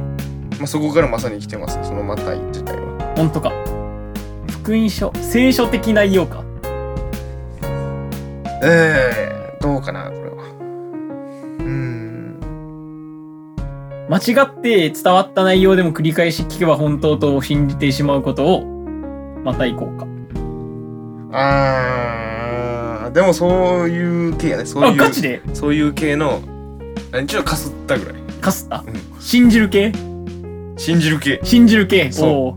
[SPEAKER 2] まあ、そこからまさに来てますそのまたい自体は
[SPEAKER 1] ー。ほんとか。福音書。聖書的内容か。
[SPEAKER 2] えー、どうかなこれはうん
[SPEAKER 1] 間違って伝わった内容でも繰り返し聞けば本当と信じてしまうことを、マタイ効果。
[SPEAKER 2] あーでもそういう系やねそう
[SPEAKER 1] あ、
[SPEAKER 2] い
[SPEAKER 1] ガチ
[SPEAKER 2] う
[SPEAKER 1] で
[SPEAKER 2] そういう系のあちょっとかすったぐらい
[SPEAKER 1] かすった
[SPEAKER 2] う
[SPEAKER 1] 信じる系
[SPEAKER 2] 信じる系
[SPEAKER 1] 信じる系
[SPEAKER 2] そう
[SPEAKER 1] おう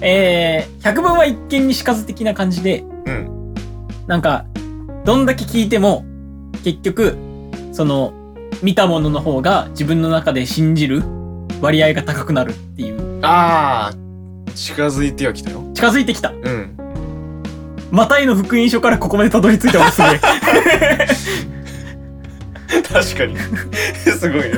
[SPEAKER 1] えー、百聞は一見にしかず的な感じで、
[SPEAKER 2] うん
[SPEAKER 1] なんか、どんだけ聞いても、結局、その、見たものの方が自分の中で信じる割合が高くなるっていう。
[SPEAKER 2] ああ近づいてはきたよ
[SPEAKER 1] 近づいてきた。
[SPEAKER 2] うん
[SPEAKER 1] マタイの福音書からここまでたどり着いたわ、すご い。
[SPEAKER 2] 確 かにすごいね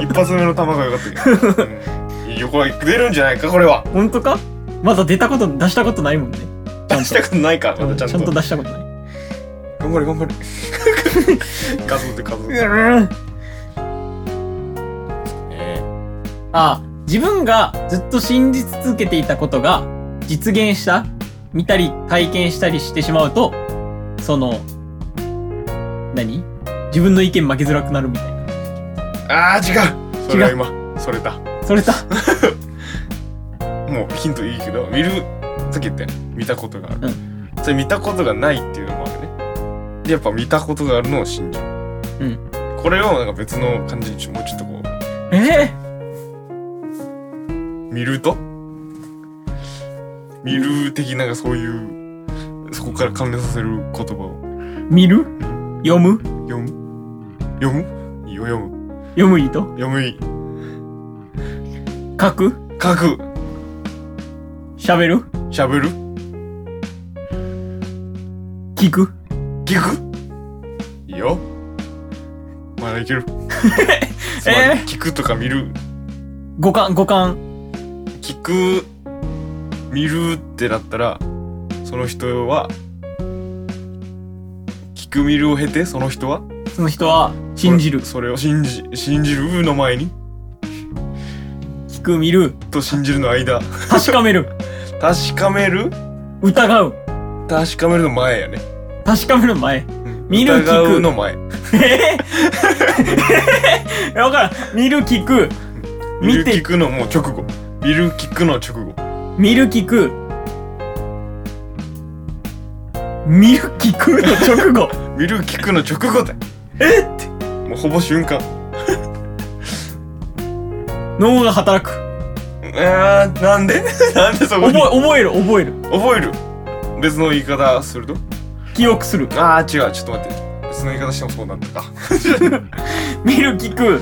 [SPEAKER 2] 一発目の球が良かったけど、うん、いいよこれ出るんじゃないかこれは
[SPEAKER 1] 本当かまだ出たこと、出したことないもんね。
[SPEAKER 2] 出したことないかまだちゃん
[SPEAKER 1] ちゃんと
[SPEAKER 2] と
[SPEAKER 1] 出したことない。
[SPEAKER 2] 頑張れ 頑張れ画像で画像で、
[SPEAKER 1] うん
[SPEAKER 2] え
[SPEAKER 1] あ自分がずっと信じ続けていたことが実現した見たり体験したりしてしまうとその何自分の意見負けづらくなるみたいな。
[SPEAKER 2] あー違うそれは今それだ
[SPEAKER 1] それだ。
[SPEAKER 2] もうヒントいいけど見るさっき言って見たことがある、
[SPEAKER 1] う
[SPEAKER 2] それ見たことがないっていうのもあるねでやっぱ見たことがあるのを信じる、
[SPEAKER 1] うん
[SPEAKER 2] これをなんか別の感じにしもうちょっとこ
[SPEAKER 1] え
[SPEAKER 2] う見ると見る的なんかそういうそこから関連させる言葉を
[SPEAKER 1] ー、見る読む
[SPEAKER 2] 読む読むいいよ読む
[SPEAKER 1] 読むいいと
[SPEAKER 2] 読むいい
[SPEAKER 1] 書く
[SPEAKER 2] 書く
[SPEAKER 1] 喋る
[SPEAKER 2] しゃべる
[SPEAKER 1] 聞く
[SPEAKER 2] 聞くいいよまだいけるつまり
[SPEAKER 1] え
[SPEAKER 2] 聞くとか見る
[SPEAKER 1] 五感、五感。
[SPEAKER 2] 聞く見るってなったらその人は聞く見るを経てその人は
[SPEAKER 1] その人は信じる
[SPEAKER 2] そ。れそれを信じ信じるの前に
[SPEAKER 1] 聞く、見る。
[SPEAKER 2] と信じるの間
[SPEAKER 1] 確かめる。
[SPEAKER 2] 確かめる
[SPEAKER 1] 疑う。
[SPEAKER 2] 確かめるの前やね、
[SPEAKER 1] 確かめる前。
[SPEAKER 2] うん
[SPEAKER 1] 見る
[SPEAKER 2] 疑
[SPEAKER 1] 聞
[SPEAKER 2] う
[SPEAKER 1] く
[SPEAKER 2] の前
[SPEAKER 1] え ー、 わからん。見る、聞く。
[SPEAKER 2] 見
[SPEAKER 1] 見
[SPEAKER 2] る
[SPEAKER 1] て
[SPEAKER 2] 聞くのもう直後見る聞くの直後
[SPEAKER 1] 見る聞く見る聞くの直 後
[SPEAKER 2] 見る聞くの直後だ
[SPEAKER 1] えって
[SPEAKER 2] もうほぼ瞬間
[SPEAKER 1] 脳が働く
[SPEAKER 2] あーなんで なんでそ
[SPEAKER 1] 覚
[SPEAKER 2] こ
[SPEAKER 1] え
[SPEAKER 2] に
[SPEAKER 1] 覚える覚える
[SPEAKER 2] 覚える別の言い方すると
[SPEAKER 1] 記憶する
[SPEAKER 2] ああ違うちょっと待って別の言い方してもそうなんだか
[SPEAKER 1] 見る聞く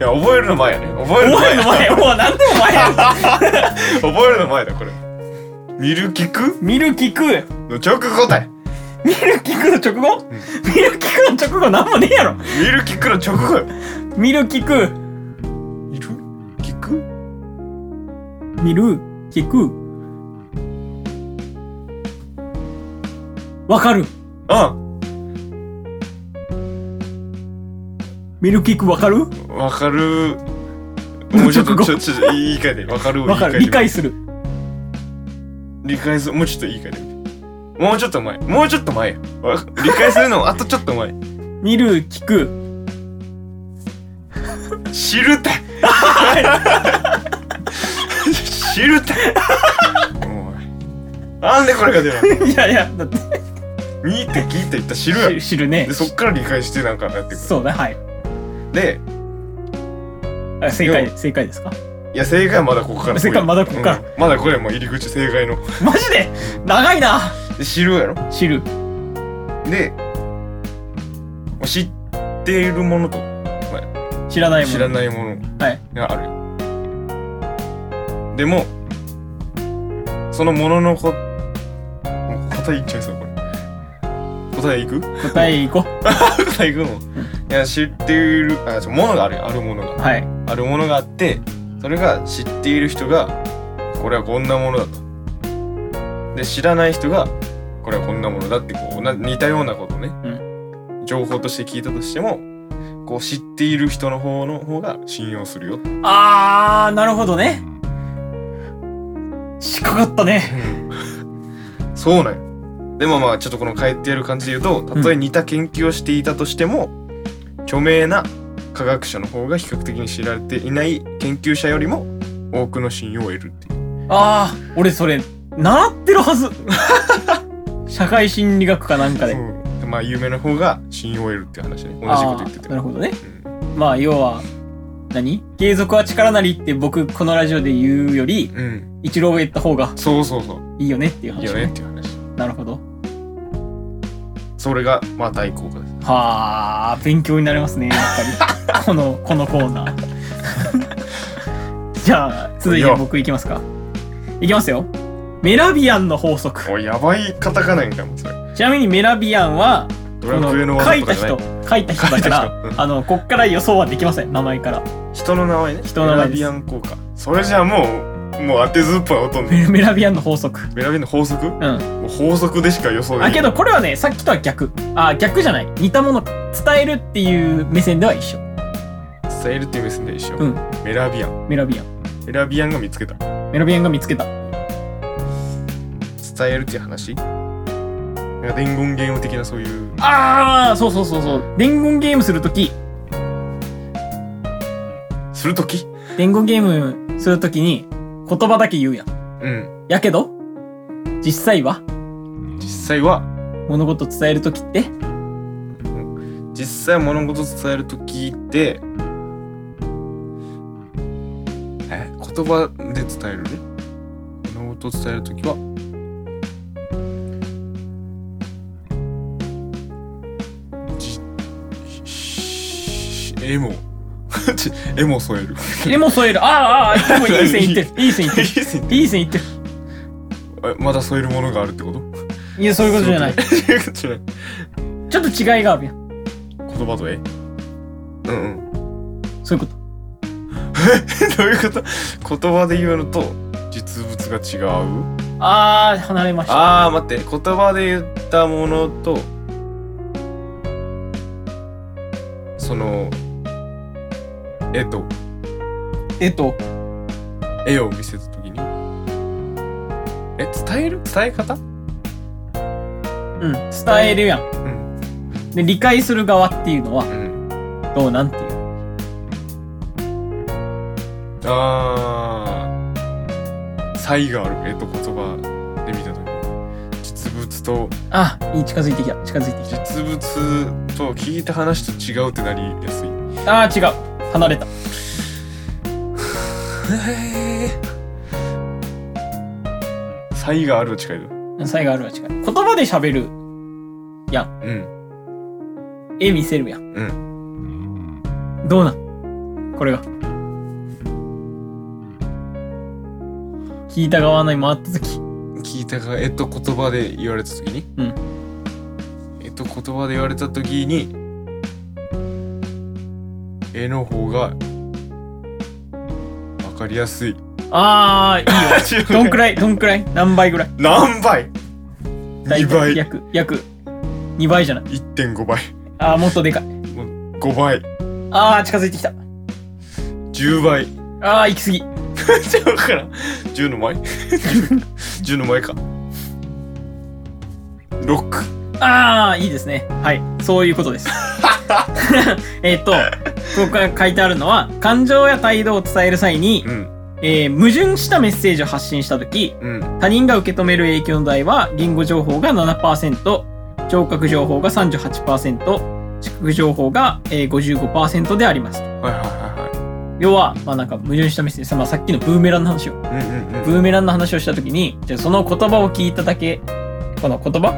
[SPEAKER 2] いや覚えるの前やね覚えるの
[SPEAKER 1] 覚え
[SPEAKER 2] 前
[SPEAKER 1] るの前 もう何でも前やん
[SPEAKER 2] 覚えるの前だこれ見る聞く
[SPEAKER 1] 見る聞く
[SPEAKER 2] の直後だよ
[SPEAKER 1] 見る聞くの直後
[SPEAKER 2] ん
[SPEAKER 1] 見る聞くの直後なんもねえやろ
[SPEAKER 2] 見る聞くの直後よ
[SPEAKER 1] 見る聞く
[SPEAKER 2] 見る聞く
[SPEAKER 1] 見る聞くわかる
[SPEAKER 2] あ
[SPEAKER 1] 見る聞くわかる
[SPEAKER 2] あわかるもうちょっと
[SPEAKER 1] 直後
[SPEAKER 2] ちょちょちょ言い換えてわかるを言
[SPEAKER 1] わ
[SPEAKER 2] い
[SPEAKER 1] か
[SPEAKER 2] 換えて
[SPEAKER 1] る理解する
[SPEAKER 2] 理解するもうちょっと言い換えてみてもうちょっと前もうちょっと前わ理解す るのもあとちょっと前
[SPEAKER 1] 見る聞く
[SPEAKER 2] 知るた知るたおいなんでこれが出ない
[SPEAKER 1] いやいやだって
[SPEAKER 2] 見て聞いて言ったら知るやろ
[SPEAKER 1] 知知るね
[SPEAKER 2] でそっから理解してなんかなってく
[SPEAKER 1] そうだはい
[SPEAKER 2] るで
[SPEAKER 1] あ正
[SPEAKER 2] で
[SPEAKER 1] 解正解ですか
[SPEAKER 2] いや正解はまだここから
[SPEAKER 1] 正解はまだここから
[SPEAKER 2] うんまだこれもう入り口正解の
[SPEAKER 1] マジで長いな
[SPEAKER 2] で知るやろ
[SPEAKER 1] 知る
[SPEAKER 2] でもう知っているものと
[SPEAKER 1] 知らないもん
[SPEAKER 2] 知らないもの
[SPEAKER 1] はい
[SPEAKER 2] がある、でもそのもののこもう答え言っちゃいそうこれ答えいく
[SPEAKER 1] 答えいこ
[SPEAKER 2] 答えいくのいや知っているあちょものがあるよあるものが
[SPEAKER 1] うはい
[SPEAKER 2] あるものがあってそれが知っている人がこれはこんなものだとで知らない人がこれはこんなものだってこうな似たようなことね、情報として聞いたとしてもこう知っている人の方の方が信用するよ
[SPEAKER 1] あーなるほどね近かったね
[SPEAKER 2] そうなんよでもまあちょっとこの変えてやる感じで言うとたとえ似た研究をしていたとしても、著名な科学者の方が比較的に知られていない研究者よりも多くの信用を得るっていう
[SPEAKER 1] あー俺それ習ってるはず 社会心理学かなんかで
[SPEAKER 2] そうまあ有名な方が信用を得るっていう話ね同じこと言って
[SPEAKER 1] あ
[SPEAKER 2] て
[SPEAKER 1] ーなるほどね
[SPEAKER 2] う
[SPEAKER 1] まあ要は何継続は力なりって僕このラジオで言うより
[SPEAKER 2] ん、うん、
[SPEAKER 1] 一郎が言った方が
[SPEAKER 2] そうそうそう
[SPEAKER 1] いいよねっていう
[SPEAKER 2] いい
[SPEAKER 1] 話
[SPEAKER 2] よねっていう話
[SPEAKER 1] なるほど
[SPEAKER 2] それがまあ大効果です
[SPEAKER 1] はあ勉強になりますねやっぱりこのこのコーナー じゃあ続い
[SPEAKER 2] いい
[SPEAKER 1] て
[SPEAKER 2] よ
[SPEAKER 1] 僕いきますかいきますよメラビアンの法則
[SPEAKER 2] おいやばいカタカナやんかもうそれ
[SPEAKER 1] ちなみにメラビアンは
[SPEAKER 2] ドラクエの
[SPEAKER 1] この書
[SPEAKER 2] 技
[SPEAKER 1] い
[SPEAKER 2] と
[SPEAKER 1] た
[SPEAKER 2] かじゃない
[SPEAKER 1] 人書いた人だか
[SPEAKER 2] 書いた
[SPEAKER 1] ら
[SPEAKER 2] 人うん
[SPEAKER 1] あのこっから予想はできません名前から
[SPEAKER 2] 人の名前ね
[SPEAKER 1] 人の名前です
[SPEAKER 2] メラビアン効果それじゃあもうもう当てずっぽいほとんど
[SPEAKER 1] メメラビアンの法則
[SPEAKER 2] メラビアンの法則
[SPEAKER 1] うん
[SPEAKER 2] もう法則でしか予想できない
[SPEAKER 1] あけどこれはねさっきとは逆あ逆じゃない似たもの伝えるっていう目線では一緒
[SPEAKER 2] 伝えるっていう目線で一緒、
[SPEAKER 1] うん
[SPEAKER 2] メラビアン
[SPEAKER 1] メラビアン
[SPEAKER 2] メラビアンが見つけた
[SPEAKER 1] メラビアンが見つけた
[SPEAKER 2] 伝えるっていう話なんか伝言ゲーム的なそういう
[SPEAKER 1] ああそうそうそうそう伝言ゲームするとき
[SPEAKER 2] するとき
[SPEAKER 1] 伝言ゲームするときに言葉だけ言うやん
[SPEAKER 2] うん。
[SPEAKER 1] やけど実際は
[SPEAKER 2] 実際は、
[SPEAKER 1] 物事伝えるときって
[SPEAKER 2] 実際物事伝えるときって、え言葉で伝えるね。物事伝えるときは、じしえ も、ちえも添える。
[SPEAKER 1] でも添えるあーあーでもいい線いってるいい線いってるいい線いってる
[SPEAKER 2] えまだ添えるものがあるってこと
[SPEAKER 1] いやそういうことじゃない
[SPEAKER 2] そういうことじゃない。
[SPEAKER 1] ちょっと違いがあるやん
[SPEAKER 2] 言葉と絵うんうん。
[SPEAKER 1] そういうこと
[SPEAKER 2] どういうこと言葉で言うのと実物が違う
[SPEAKER 1] ああ離れました
[SPEAKER 2] あー待って言葉で言ったものとその絵と
[SPEAKER 1] えっと
[SPEAKER 2] 絵を見せた時にえ伝える伝え方
[SPEAKER 1] うん伝えるやん
[SPEAKER 2] うん
[SPEAKER 1] で理解する側っていうのは
[SPEAKER 2] うん
[SPEAKER 1] どうなんていう
[SPEAKER 2] あー差異がある絵と言葉で見た時実物と
[SPEAKER 1] あいい近づいてきた近づいてき
[SPEAKER 2] 実物と聞いた話と違うってなりやすい
[SPEAKER 1] たああ違う離れた
[SPEAKER 2] へー差異がある違いだ
[SPEAKER 1] 才があるは違う言葉で喋る
[SPEAKER 2] うん
[SPEAKER 1] 絵見せるやん
[SPEAKER 2] う
[SPEAKER 1] どうなんこれが聞いた側に回った時
[SPEAKER 2] 聞いたがえっと言葉で言われた時に
[SPEAKER 1] うん
[SPEAKER 2] えっと言葉で言われた時に絵の方がわかりや すい
[SPEAKER 1] ああいいよ どんく
[SPEAKER 2] い
[SPEAKER 1] らいどんくらい何倍ぐらい
[SPEAKER 2] 何倍
[SPEAKER 1] 大
[SPEAKER 2] ?2
[SPEAKER 1] 体
[SPEAKER 2] 倍
[SPEAKER 1] 約約2倍じゃない
[SPEAKER 2] 1.5倍
[SPEAKER 1] ああもっとでかい
[SPEAKER 2] 5倍
[SPEAKER 1] ああ近づいてきた
[SPEAKER 2] 10倍
[SPEAKER 1] ああ行き過ぎ
[SPEAKER 2] じゃあ分からん10の倍 10の倍か6
[SPEAKER 1] ああいいですねはいそういう ことです えっとここから書いてあるのは感情や態度を伝える際に、
[SPEAKER 2] うん
[SPEAKER 1] えー矛盾したメッセージを発信した時
[SPEAKER 2] うん
[SPEAKER 1] 他人が受け止める影響の代は言語情報が7%聴覚情報が38%視覚情報がえー55%であります
[SPEAKER 2] はいは
[SPEAKER 1] 要は、まあ、なんか矛盾したメッセージ、まあ、さっきのブーメランの話を
[SPEAKER 2] いはいはい。うんうん
[SPEAKER 1] ブーメランの話をした時にじゃあその言葉を聞いただけこの言葉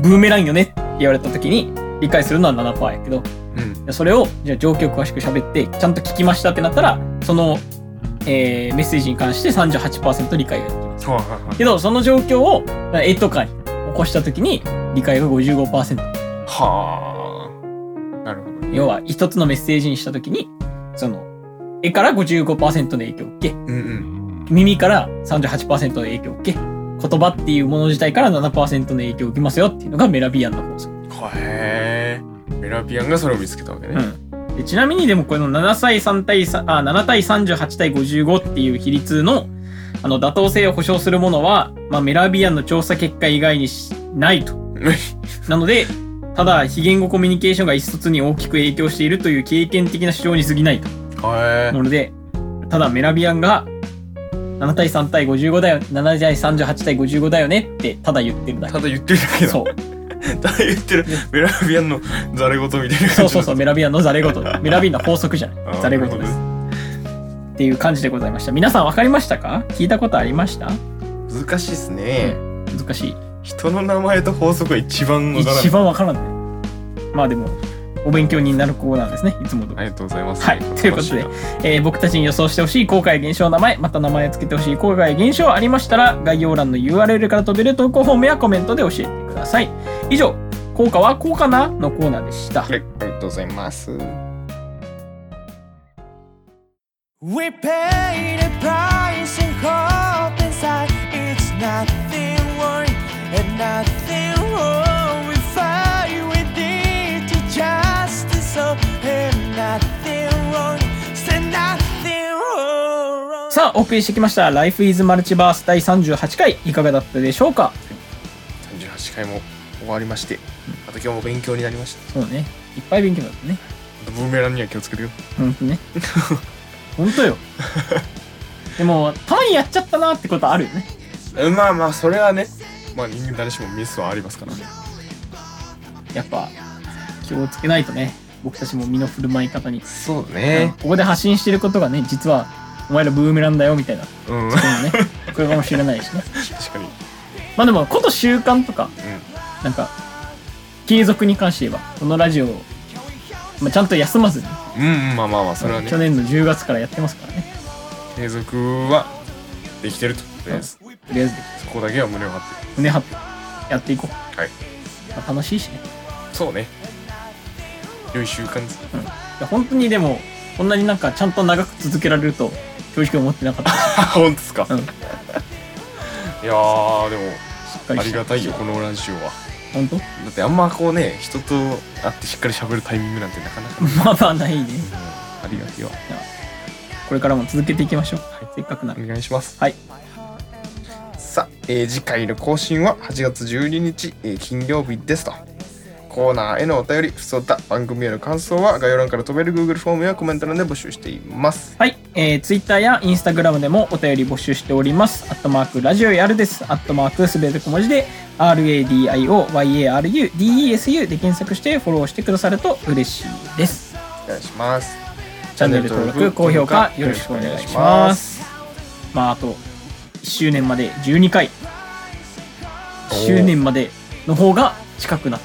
[SPEAKER 1] ブーメランよねって言われた時に理解するのは7%やけど
[SPEAKER 2] うん。
[SPEAKER 1] それをじゃあ状況詳しく喋ってちゃんと聞きましたってなったらその、えーメッセージに関して38%理解ができます
[SPEAKER 2] はいはいはい。
[SPEAKER 1] けどその状況を絵とかに起こした時に理解が55%
[SPEAKER 2] はあ。なるほどね。
[SPEAKER 1] 要は一つのメッセージにした時にその絵から55%の影響を受け
[SPEAKER 2] うんうん。
[SPEAKER 1] 耳から38%の影響を受け言葉っていうもの自体から7%の影響を受けますよっていうのがメラビアンの法則、
[SPEAKER 2] へえ。メラピアンがそれを見つけたわけね。
[SPEAKER 1] うん、でちなみにでもこの7対3対3あ7対38対55っていう比率のあの妥当性を保証するものは、まあ、メラビアンの調査結果以外にしないと なので、ただ非言語コミュニケーションが一卒に大きく影響しているという経験的な主張に過ぎないと。
[SPEAKER 2] は
[SPEAKER 1] なので、ただメラビアンが7対3対55だよ、7対38対55だよねってただ言ってるだ
[SPEAKER 2] え。
[SPEAKER 1] け
[SPEAKER 2] た。だ言ってるだけだ。
[SPEAKER 1] そう。
[SPEAKER 2] ただ言ってる。メラピアンのざれ言みたいな感じ。
[SPEAKER 1] そうそうそう、メ
[SPEAKER 2] ラ
[SPEAKER 1] ラビアンのザレ事。メラビアンの法則じゃない。ザレ事です。っていう感じでございました。皆さん分かりましたか聞いたことありました
[SPEAKER 2] 難しいっすね。
[SPEAKER 1] 難しい。
[SPEAKER 2] 人の名前と法則が一番わからない
[SPEAKER 1] 一。番分からない。まあでも、お勉強になるコーナーですね。いつもと
[SPEAKER 2] ありがとうございます。
[SPEAKER 1] はいということでえー僕たちに予想してほしい後悔現象の名前また名前を付けてほしい後悔現象ありましたら概要欄の URL から飛べる投稿フォームやコメントで教えてください以上「効果はこうかな?」のコーナーでした
[SPEAKER 2] はい、ありがとうございます。
[SPEAKER 4] We pay the price and hope inside it's nothing worth and nothing wrong. We fight with it to justice oh, and nothing wrong. Say nothing wrong.
[SPEAKER 1] さあお送りしてきました「Life is Multiverse」第38回いかがだったでしょうか
[SPEAKER 2] 38回も終わりましてあと今日も勉強になりました
[SPEAKER 1] そうね。いっぱい勉強だったね。
[SPEAKER 2] あとブーメランには気をつけてよ
[SPEAKER 1] ほんと ね。ほんとよ。でも、たまにやっちゃったなってことあるよね。
[SPEAKER 2] うんまあまあそれはねまあ人間誰しもミスはありますから
[SPEAKER 1] やっぱ、気をつけないとね。僕たちも身の振る舞い方に。
[SPEAKER 2] そ
[SPEAKER 1] う
[SPEAKER 2] う
[SPEAKER 1] んここで発信してることがね、実は、お前らブーメランだよみたいな、こ
[SPEAKER 2] うん
[SPEAKER 1] ういうのね、来るかもしれないしね。
[SPEAKER 2] 確かに
[SPEAKER 1] まあでも、こと習慣とか、なんか、継続に関して言えば、このラジオを、まあ、ちゃんと休まずに、
[SPEAKER 2] うんうんうんまあまあまあそれはね
[SPEAKER 1] 去年の10月からやってますからね。
[SPEAKER 2] 継続はできてるととりあえず
[SPEAKER 1] とりあえず、
[SPEAKER 2] そこだけは胸を張っ
[SPEAKER 1] 胸張ってやっていこう。
[SPEAKER 2] てはい
[SPEAKER 1] まあ、楽しいしね。
[SPEAKER 2] そうね良い習慣です
[SPEAKER 1] いや本当にでも、こんなになんかちゃんと長く続けられると、正直思ってなかったし。
[SPEAKER 2] あ本当ですか、
[SPEAKER 1] うん
[SPEAKER 2] いやーでも
[SPEAKER 1] しっかり
[SPEAKER 2] あ
[SPEAKER 1] し
[SPEAKER 2] り
[SPEAKER 1] て
[SPEAKER 2] がたいよ。このラジオは
[SPEAKER 1] 本当
[SPEAKER 2] だってあんまこうね人と会ってしっかり喋るタイミングなんてなかなかない、
[SPEAKER 1] まだないね。
[SPEAKER 2] ありがたいよ
[SPEAKER 1] これからも続けていきましょう。せっかくなら。
[SPEAKER 2] お願いします
[SPEAKER 1] はい。
[SPEAKER 2] さあ、えー次回の更新は8月12日、えー金曜日ですとコーナーへのお便り不相談番組への感想は概要欄から飛べる Google フォームやコメント欄で募集しています
[SPEAKER 1] はい、えー、Twitter や Instagram でもお便り募集しております。アットマーク、ラジオやるです。アットマーク、すべて小文字で、RADIOYARUDESU で検索してフォローしてくださると嬉しいです。
[SPEAKER 2] お願いします
[SPEAKER 1] チャンネル登録、高評価、よろしくお願いします。まあ、あと、1周年まで12回。
[SPEAKER 2] お
[SPEAKER 1] 1周年までの方が近くなった。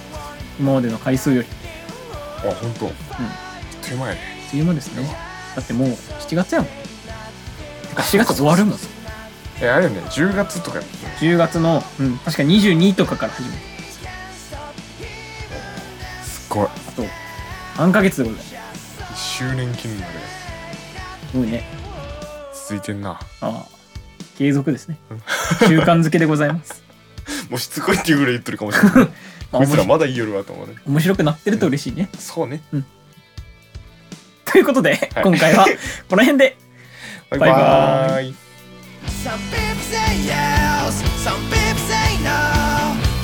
[SPEAKER 1] 今までの回数より。
[SPEAKER 2] あ本当。うん手前ね
[SPEAKER 1] 梅雨もですね。だってもう7月やもん。てか4月終わるもん。
[SPEAKER 2] えあれよね10月とか
[SPEAKER 1] 10月の、うん、確か22とかから始める。
[SPEAKER 2] すごい
[SPEAKER 1] あと、何ヶ月でございます。
[SPEAKER 2] 1周年記念まです
[SPEAKER 1] ごいね。
[SPEAKER 2] 続いてんな
[SPEAKER 1] ああ、継続 ですね。習慣づけでございます。
[SPEAKER 2] もうしつこいっていうぐらい言ってるかもしれ ない
[SPEAKER 1] まあ
[SPEAKER 2] こいつらまだ言いよるわと思うね
[SPEAKER 1] 面白くなってると嬉しいね。
[SPEAKER 2] そうね
[SPEAKER 1] ということで、
[SPEAKER 2] はい
[SPEAKER 1] 今回はこの辺で。
[SPEAKER 2] バイ
[SPEAKER 1] バイバーイ
[SPEAKER 2] バーイ
[SPEAKER 4] Some people say yes, some people say no.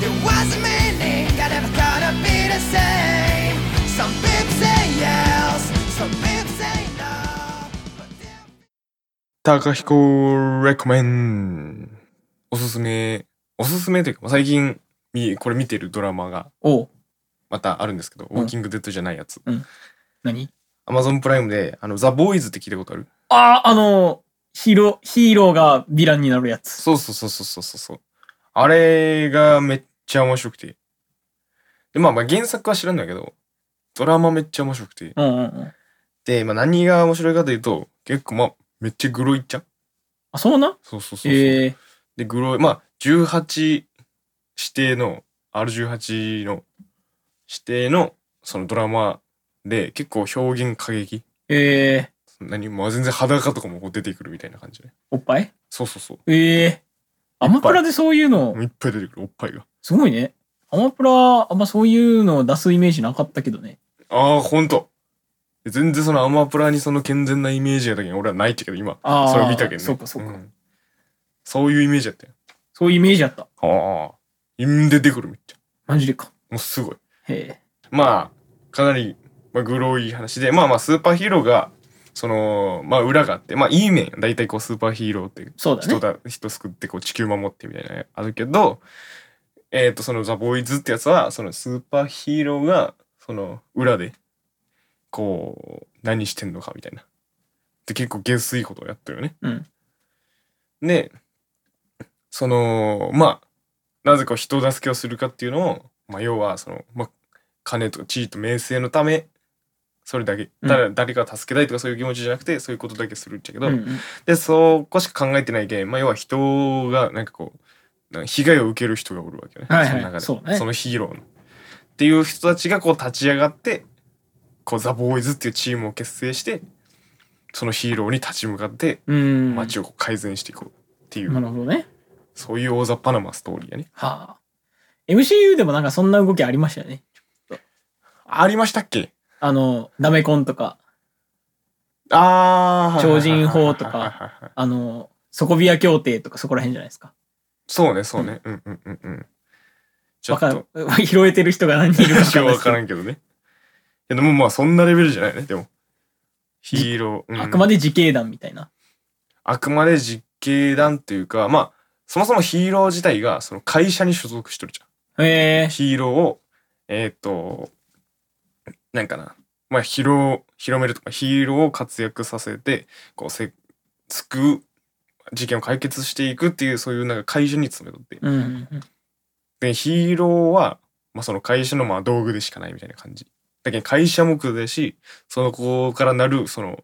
[SPEAKER 4] There was a meaning, I never thought I'd be the same. Some people say yes, some people say no. But there-
[SPEAKER 2] 高彦レコメンおすすめおすすめというかまあ最近みこれ見てるドラマが
[SPEAKER 1] おう、
[SPEAKER 2] またあるんですけど、
[SPEAKER 1] ん
[SPEAKER 2] ウォーキングデッドじゃないやつ
[SPEAKER 1] 何
[SPEAKER 2] アマゾンプライムであのザ・ボーイズって聞いたことある
[SPEAKER 1] ああ、あの、ヒーロー、ヒーローがヴィランになるやつ。
[SPEAKER 2] そうそうそうそうそうそうそうあれがめっちゃ面白くてでまあまあ原作は知らんだけどドラマめっちゃ面白くて
[SPEAKER 1] うんうんうん。
[SPEAKER 2] で、まあ、何が面白いかというと結構まあめっちゃグロいっちゃ
[SPEAKER 1] あ、そうな
[SPEAKER 2] そうそうそうそう、
[SPEAKER 1] ええ
[SPEAKER 2] で、グロい、まあ、18指定の、R18 の指定の、そのドラマで、結構表現過激。
[SPEAKER 1] ええ
[SPEAKER 2] 何も、全然裸とかもこう出てくるみたいな感じね。
[SPEAKER 1] おっぱい
[SPEAKER 2] そうそうそう。
[SPEAKER 1] ええアマプラでそういうの
[SPEAKER 2] もう、いっぱい出てくる、おっぱいが。
[SPEAKER 1] すごいね。アマプラ、あんまそういうのを出すイメージなかったけどね。
[SPEAKER 2] ああ、ほんと。全然そのアマプラにその健全なイメージやだけに俺はないってけど、今、
[SPEAKER 1] ああ、
[SPEAKER 2] それを見たけどね。
[SPEAKER 1] そうかそうか。
[SPEAKER 2] んそういうイメージやったよ。
[SPEAKER 1] そういうイメージあった。
[SPEAKER 2] ああ。うん出てくるめっちゃ。
[SPEAKER 1] マジでか。
[SPEAKER 2] もうすごい。
[SPEAKER 1] へえ。
[SPEAKER 2] まあ、かなり、まあ、グロい話で、まあまあ、スーパーヒーローが、その、まあ、裏があって、まあ、いい面、大体こう、スーパーヒーローっていう、
[SPEAKER 1] そうだね
[SPEAKER 2] 人。だ、人救って、こう、地球守ってみたいな、あるけど、えっ、と、その、ザ・ボーイズってやつは、その、スーパーヒーローが、その、裏で、こう、何してんのか、みたいな。で、結構、下水ことをやってるよね。
[SPEAKER 1] うん。
[SPEAKER 2] で、その、まあ、なぜこう人助けをするかっていうのを、まあ、要は、その、まあ、金とか地位と名声のため、それだけ、
[SPEAKER 1] うん
[SPEAKER 2] 誰誰か助けたいとかそういう気持ちじゃなくて、そういうことだけするっちゃけど、
[SPEAKER 1] うんうん
[SPEAKER 2] で、そこしか考えてないけん、まあ、要は人が、なんかこう、なんか被害を受ける人がおるわけね。
[SPEAKER 1] はいはい
[SPEAKER 2] その中で
[SPEAKER 1] そうね
[SPEAKER 2] そのヒーローの。っていう人たちがこう立ち上がって、こう、ザ・ボーイズっていうチームを結成して、そのヒーローに立ち向かって、
[SPEAKER 1] うん。
[SPEAKER 2] 街をこう改善していこうっていう、
[SPEAKER 1] なるほどね。
[SPEAKER 2] そういう大雑把なまあストーリーやね。
[SPEAKER 1] はあ。MCU でもなんかそんな動きありましたよね。
[SPEAKER 2] ありましたっけ
[SPEAKER 1] あの、ダメコンとか、
[SPEAKER 2] あー
[SPEAKER 1] 超人法とか
[SPEAKER 2] はいはいはいはい
[SPEAKER 1] あの、底ビア協定とかそこら辺じゃないですか。
[SPEAKER 2] そうね、そうね。うんうんうんうん。ちょ
[SPEAKER 1] わ
[SPEAKER 2] っと
[SPEAKER 1] かん、拾えてる 人が何人いるかわ
[SPEAKER 2] 一
[SPEAKER 1] か
[SPEAKER 2] 応
[SPEAKER 1] んない
[SPEAKER 2] わ
[SPEAKER 1] ですけ
[SPEAKER 2] か
[SPEAKER 1] ど
[SPEAKER 2] らんけどね。いやでもまあそんなレベルじゃないね、でも。ヒーロー。うん
[SPEAKER 1] あくまで自警団みたいな。
[SPEAKER 2] あくまで実刑団というか、まあ、そもそもヒーロー自体がその会社に所属しとるじゃ
[SPEAKER 1] へえ
[SPEAKER 2] ん。。ヒーローを、えーっ、と、なんかな、まあ、広を、広めるとか、ヒーローを活躍させて、こう、せ、救う、事件を解決していくっていう、そういうなんか会社に勤めとって。
[SPEAKER 1] うんうんうん。
[SPEAKER 2] で、ヒーローは、まあ、その会社のまあ道具でしかないみたいな感じ。だけど会社目だし、その子からなる、その、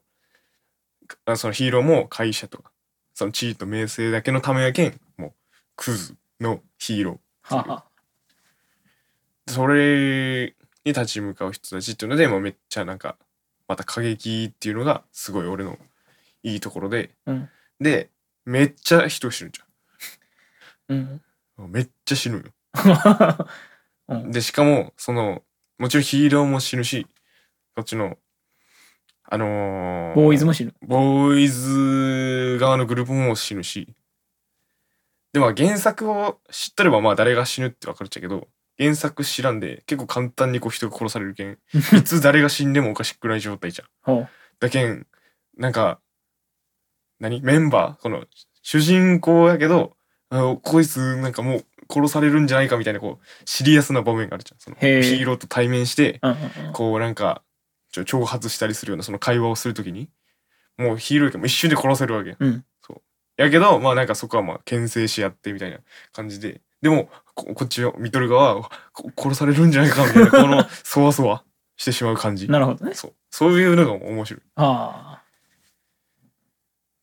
[SPEAKER 2] あそのヒーローも会社とか、その地位と名声だけのためやけん、もう、クズのヒーロ
[SPEAKER 1] はあは
[SPEAKER 2] ー。それに立ち向かう人たちっていうので、もうめっちゃなんか、また過激っていうのが、すごい俺のいいところで、
[SPEAKER 1] うん
[SPEAKER 2] で、めっちゃ人死ぬじ
[SPEAKER 1] あ。うん。
[SPEAKER 2] ゃん。めっちゃ死ぬよ。
[SPEAKER 1] うん
[SPEAKER 2] でしかもそのもちろんヒーローも死ぬしこっちのあのー
[SPEAKER 1] ボーイズも死ぬ。
[SPEAKER 2] ボーイズ側のグループも死ぬしでも原作を知っとればまあ誰が死ぬって分かるっちゃけど原作知らんで結構簡単にこう人が殺される けんいつ誰が死んでもおかしくない状態じゃん。
[SPEAKER 1] ほ
[SPEAKER 2] だけんなんか何メンバーこの主人公やけどあこいつなんかもう殺されるんじゃないかみたいなこうシリアスな場面があるじゃんそのヒ
[SPEAKER 1] へえ
[SPEAKER 2] ーローと対面して
[SPEAKER 1] う。うんうんうん。
[SPEAKER 2] こうなんかちょ挑発したりするようなその会話をするときにもうヒーローやけんもう一瞬で殺せるわけや、
[SPEAKER 1] うん
[SPEAKER 2] そうやけどまあなんかそこはまあ牽制し合ってみたいな感じででもここっちを見とる側はこ殺されるんじゃないかみたいなこのそわそわしてしまう感じ
[SPEAKER 1] なるほどね。
[SPEAKER 2] そうそういうのが面白い
[SPEAKER 1] ああ。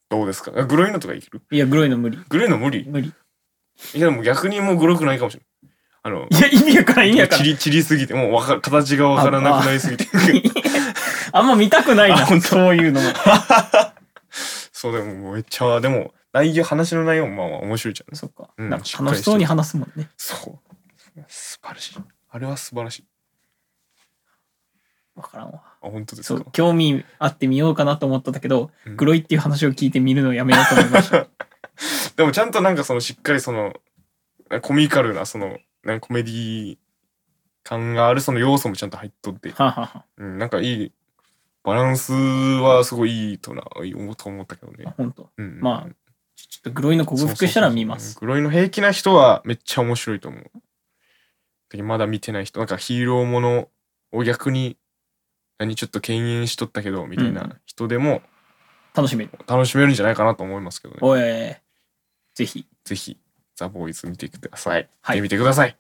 [SPEAKER 2] どうですかあグロいのとかいける
[SPEAKER 1] いや、グロいの無理。
[SPEAKER 2] グレーの無理
[SPEAKER 1] 無理。
[SPEAKER 2] いやでも逆にもうグロくないかもしれない。
[SPEAKER 1] いや、意味わから
[SPEAKER 2] あ
[SPEAKER 1] ん、意
[SPEAKER 2] の、
[SPEAKER 1] 味わか
[SPEAKER 2] ち
[SPEAKER 1] らん。
[SPEAKER 2] りちりすぎて、もうわか形がわからなくなりすぎて。
[SPEAKER 1] あんま見たくない
[SPEAKER 2] あ本
[SPEAKER 1] な、
[SPEAKER 2] 当
[SPEAKER 1] そういうのも。
[SPEAKER 2] そうでももうめっちゃ、でも内容、話の内容もまあまあ面白いじゃん。
[SPEAKER 1] そっか。
[SPEAKER 2] うん
[SPEAKER 1] なんか楽しそうに話すもんね。
[SPEAKER 2] そう。素晴らしい。あれは素晴らしい。
[SPEAKER 1] わからんわ。
[SPEAKER 2] あ、本当です
[SPEAKER 1] そ
[SPEAKER 2] か
[SPEAKER 1] う、。興味あってみようかなと思ったんだけど、
[SPEAKER 2] うん
[SPEAKER 1] グロいっていう話を聞いて見るのやめようと思い ました。
[SPEAKER 2] でもちゃんとなんかそのしっかりその、コミカルな、その、なんかコメディ感があるその要素もちゃんと入っとって、
[SPEAKER 1] はあはあは
[SPEAKER 2] うん、なんかいい、バランスはすごいいいとな、思うと思ったけど
[SPEAKER 1] あ、
[SPEAKER 2] ね。
[SPEAKER 1] 本当。
[SPEAKER 2] うんうん、
[SPEAKER 1] まあちょっとグロいの克服したら見ます。
[SPEAKER 2] グロイの平気な人はめっちゃ面白いと思う。だけどまだ見てない人、なんかヒーローものを逆に、何ちょっと敬遠しとったけど、みたい
[SPEAKER 1] うん
[SPEAKER 2] な人でも
[SPEAKER 1] 楽しめる。
[SPEAKER 2] 楽しめるんじゃないかなと思いますけどね。
[SPEAKER 1] おい、ぜひ。
[SPEAKER 2] ぜひ、ザ・ボーイズ見てください。
[SPEAKER 1] はい
[SPEAKER 2] 見てみてください。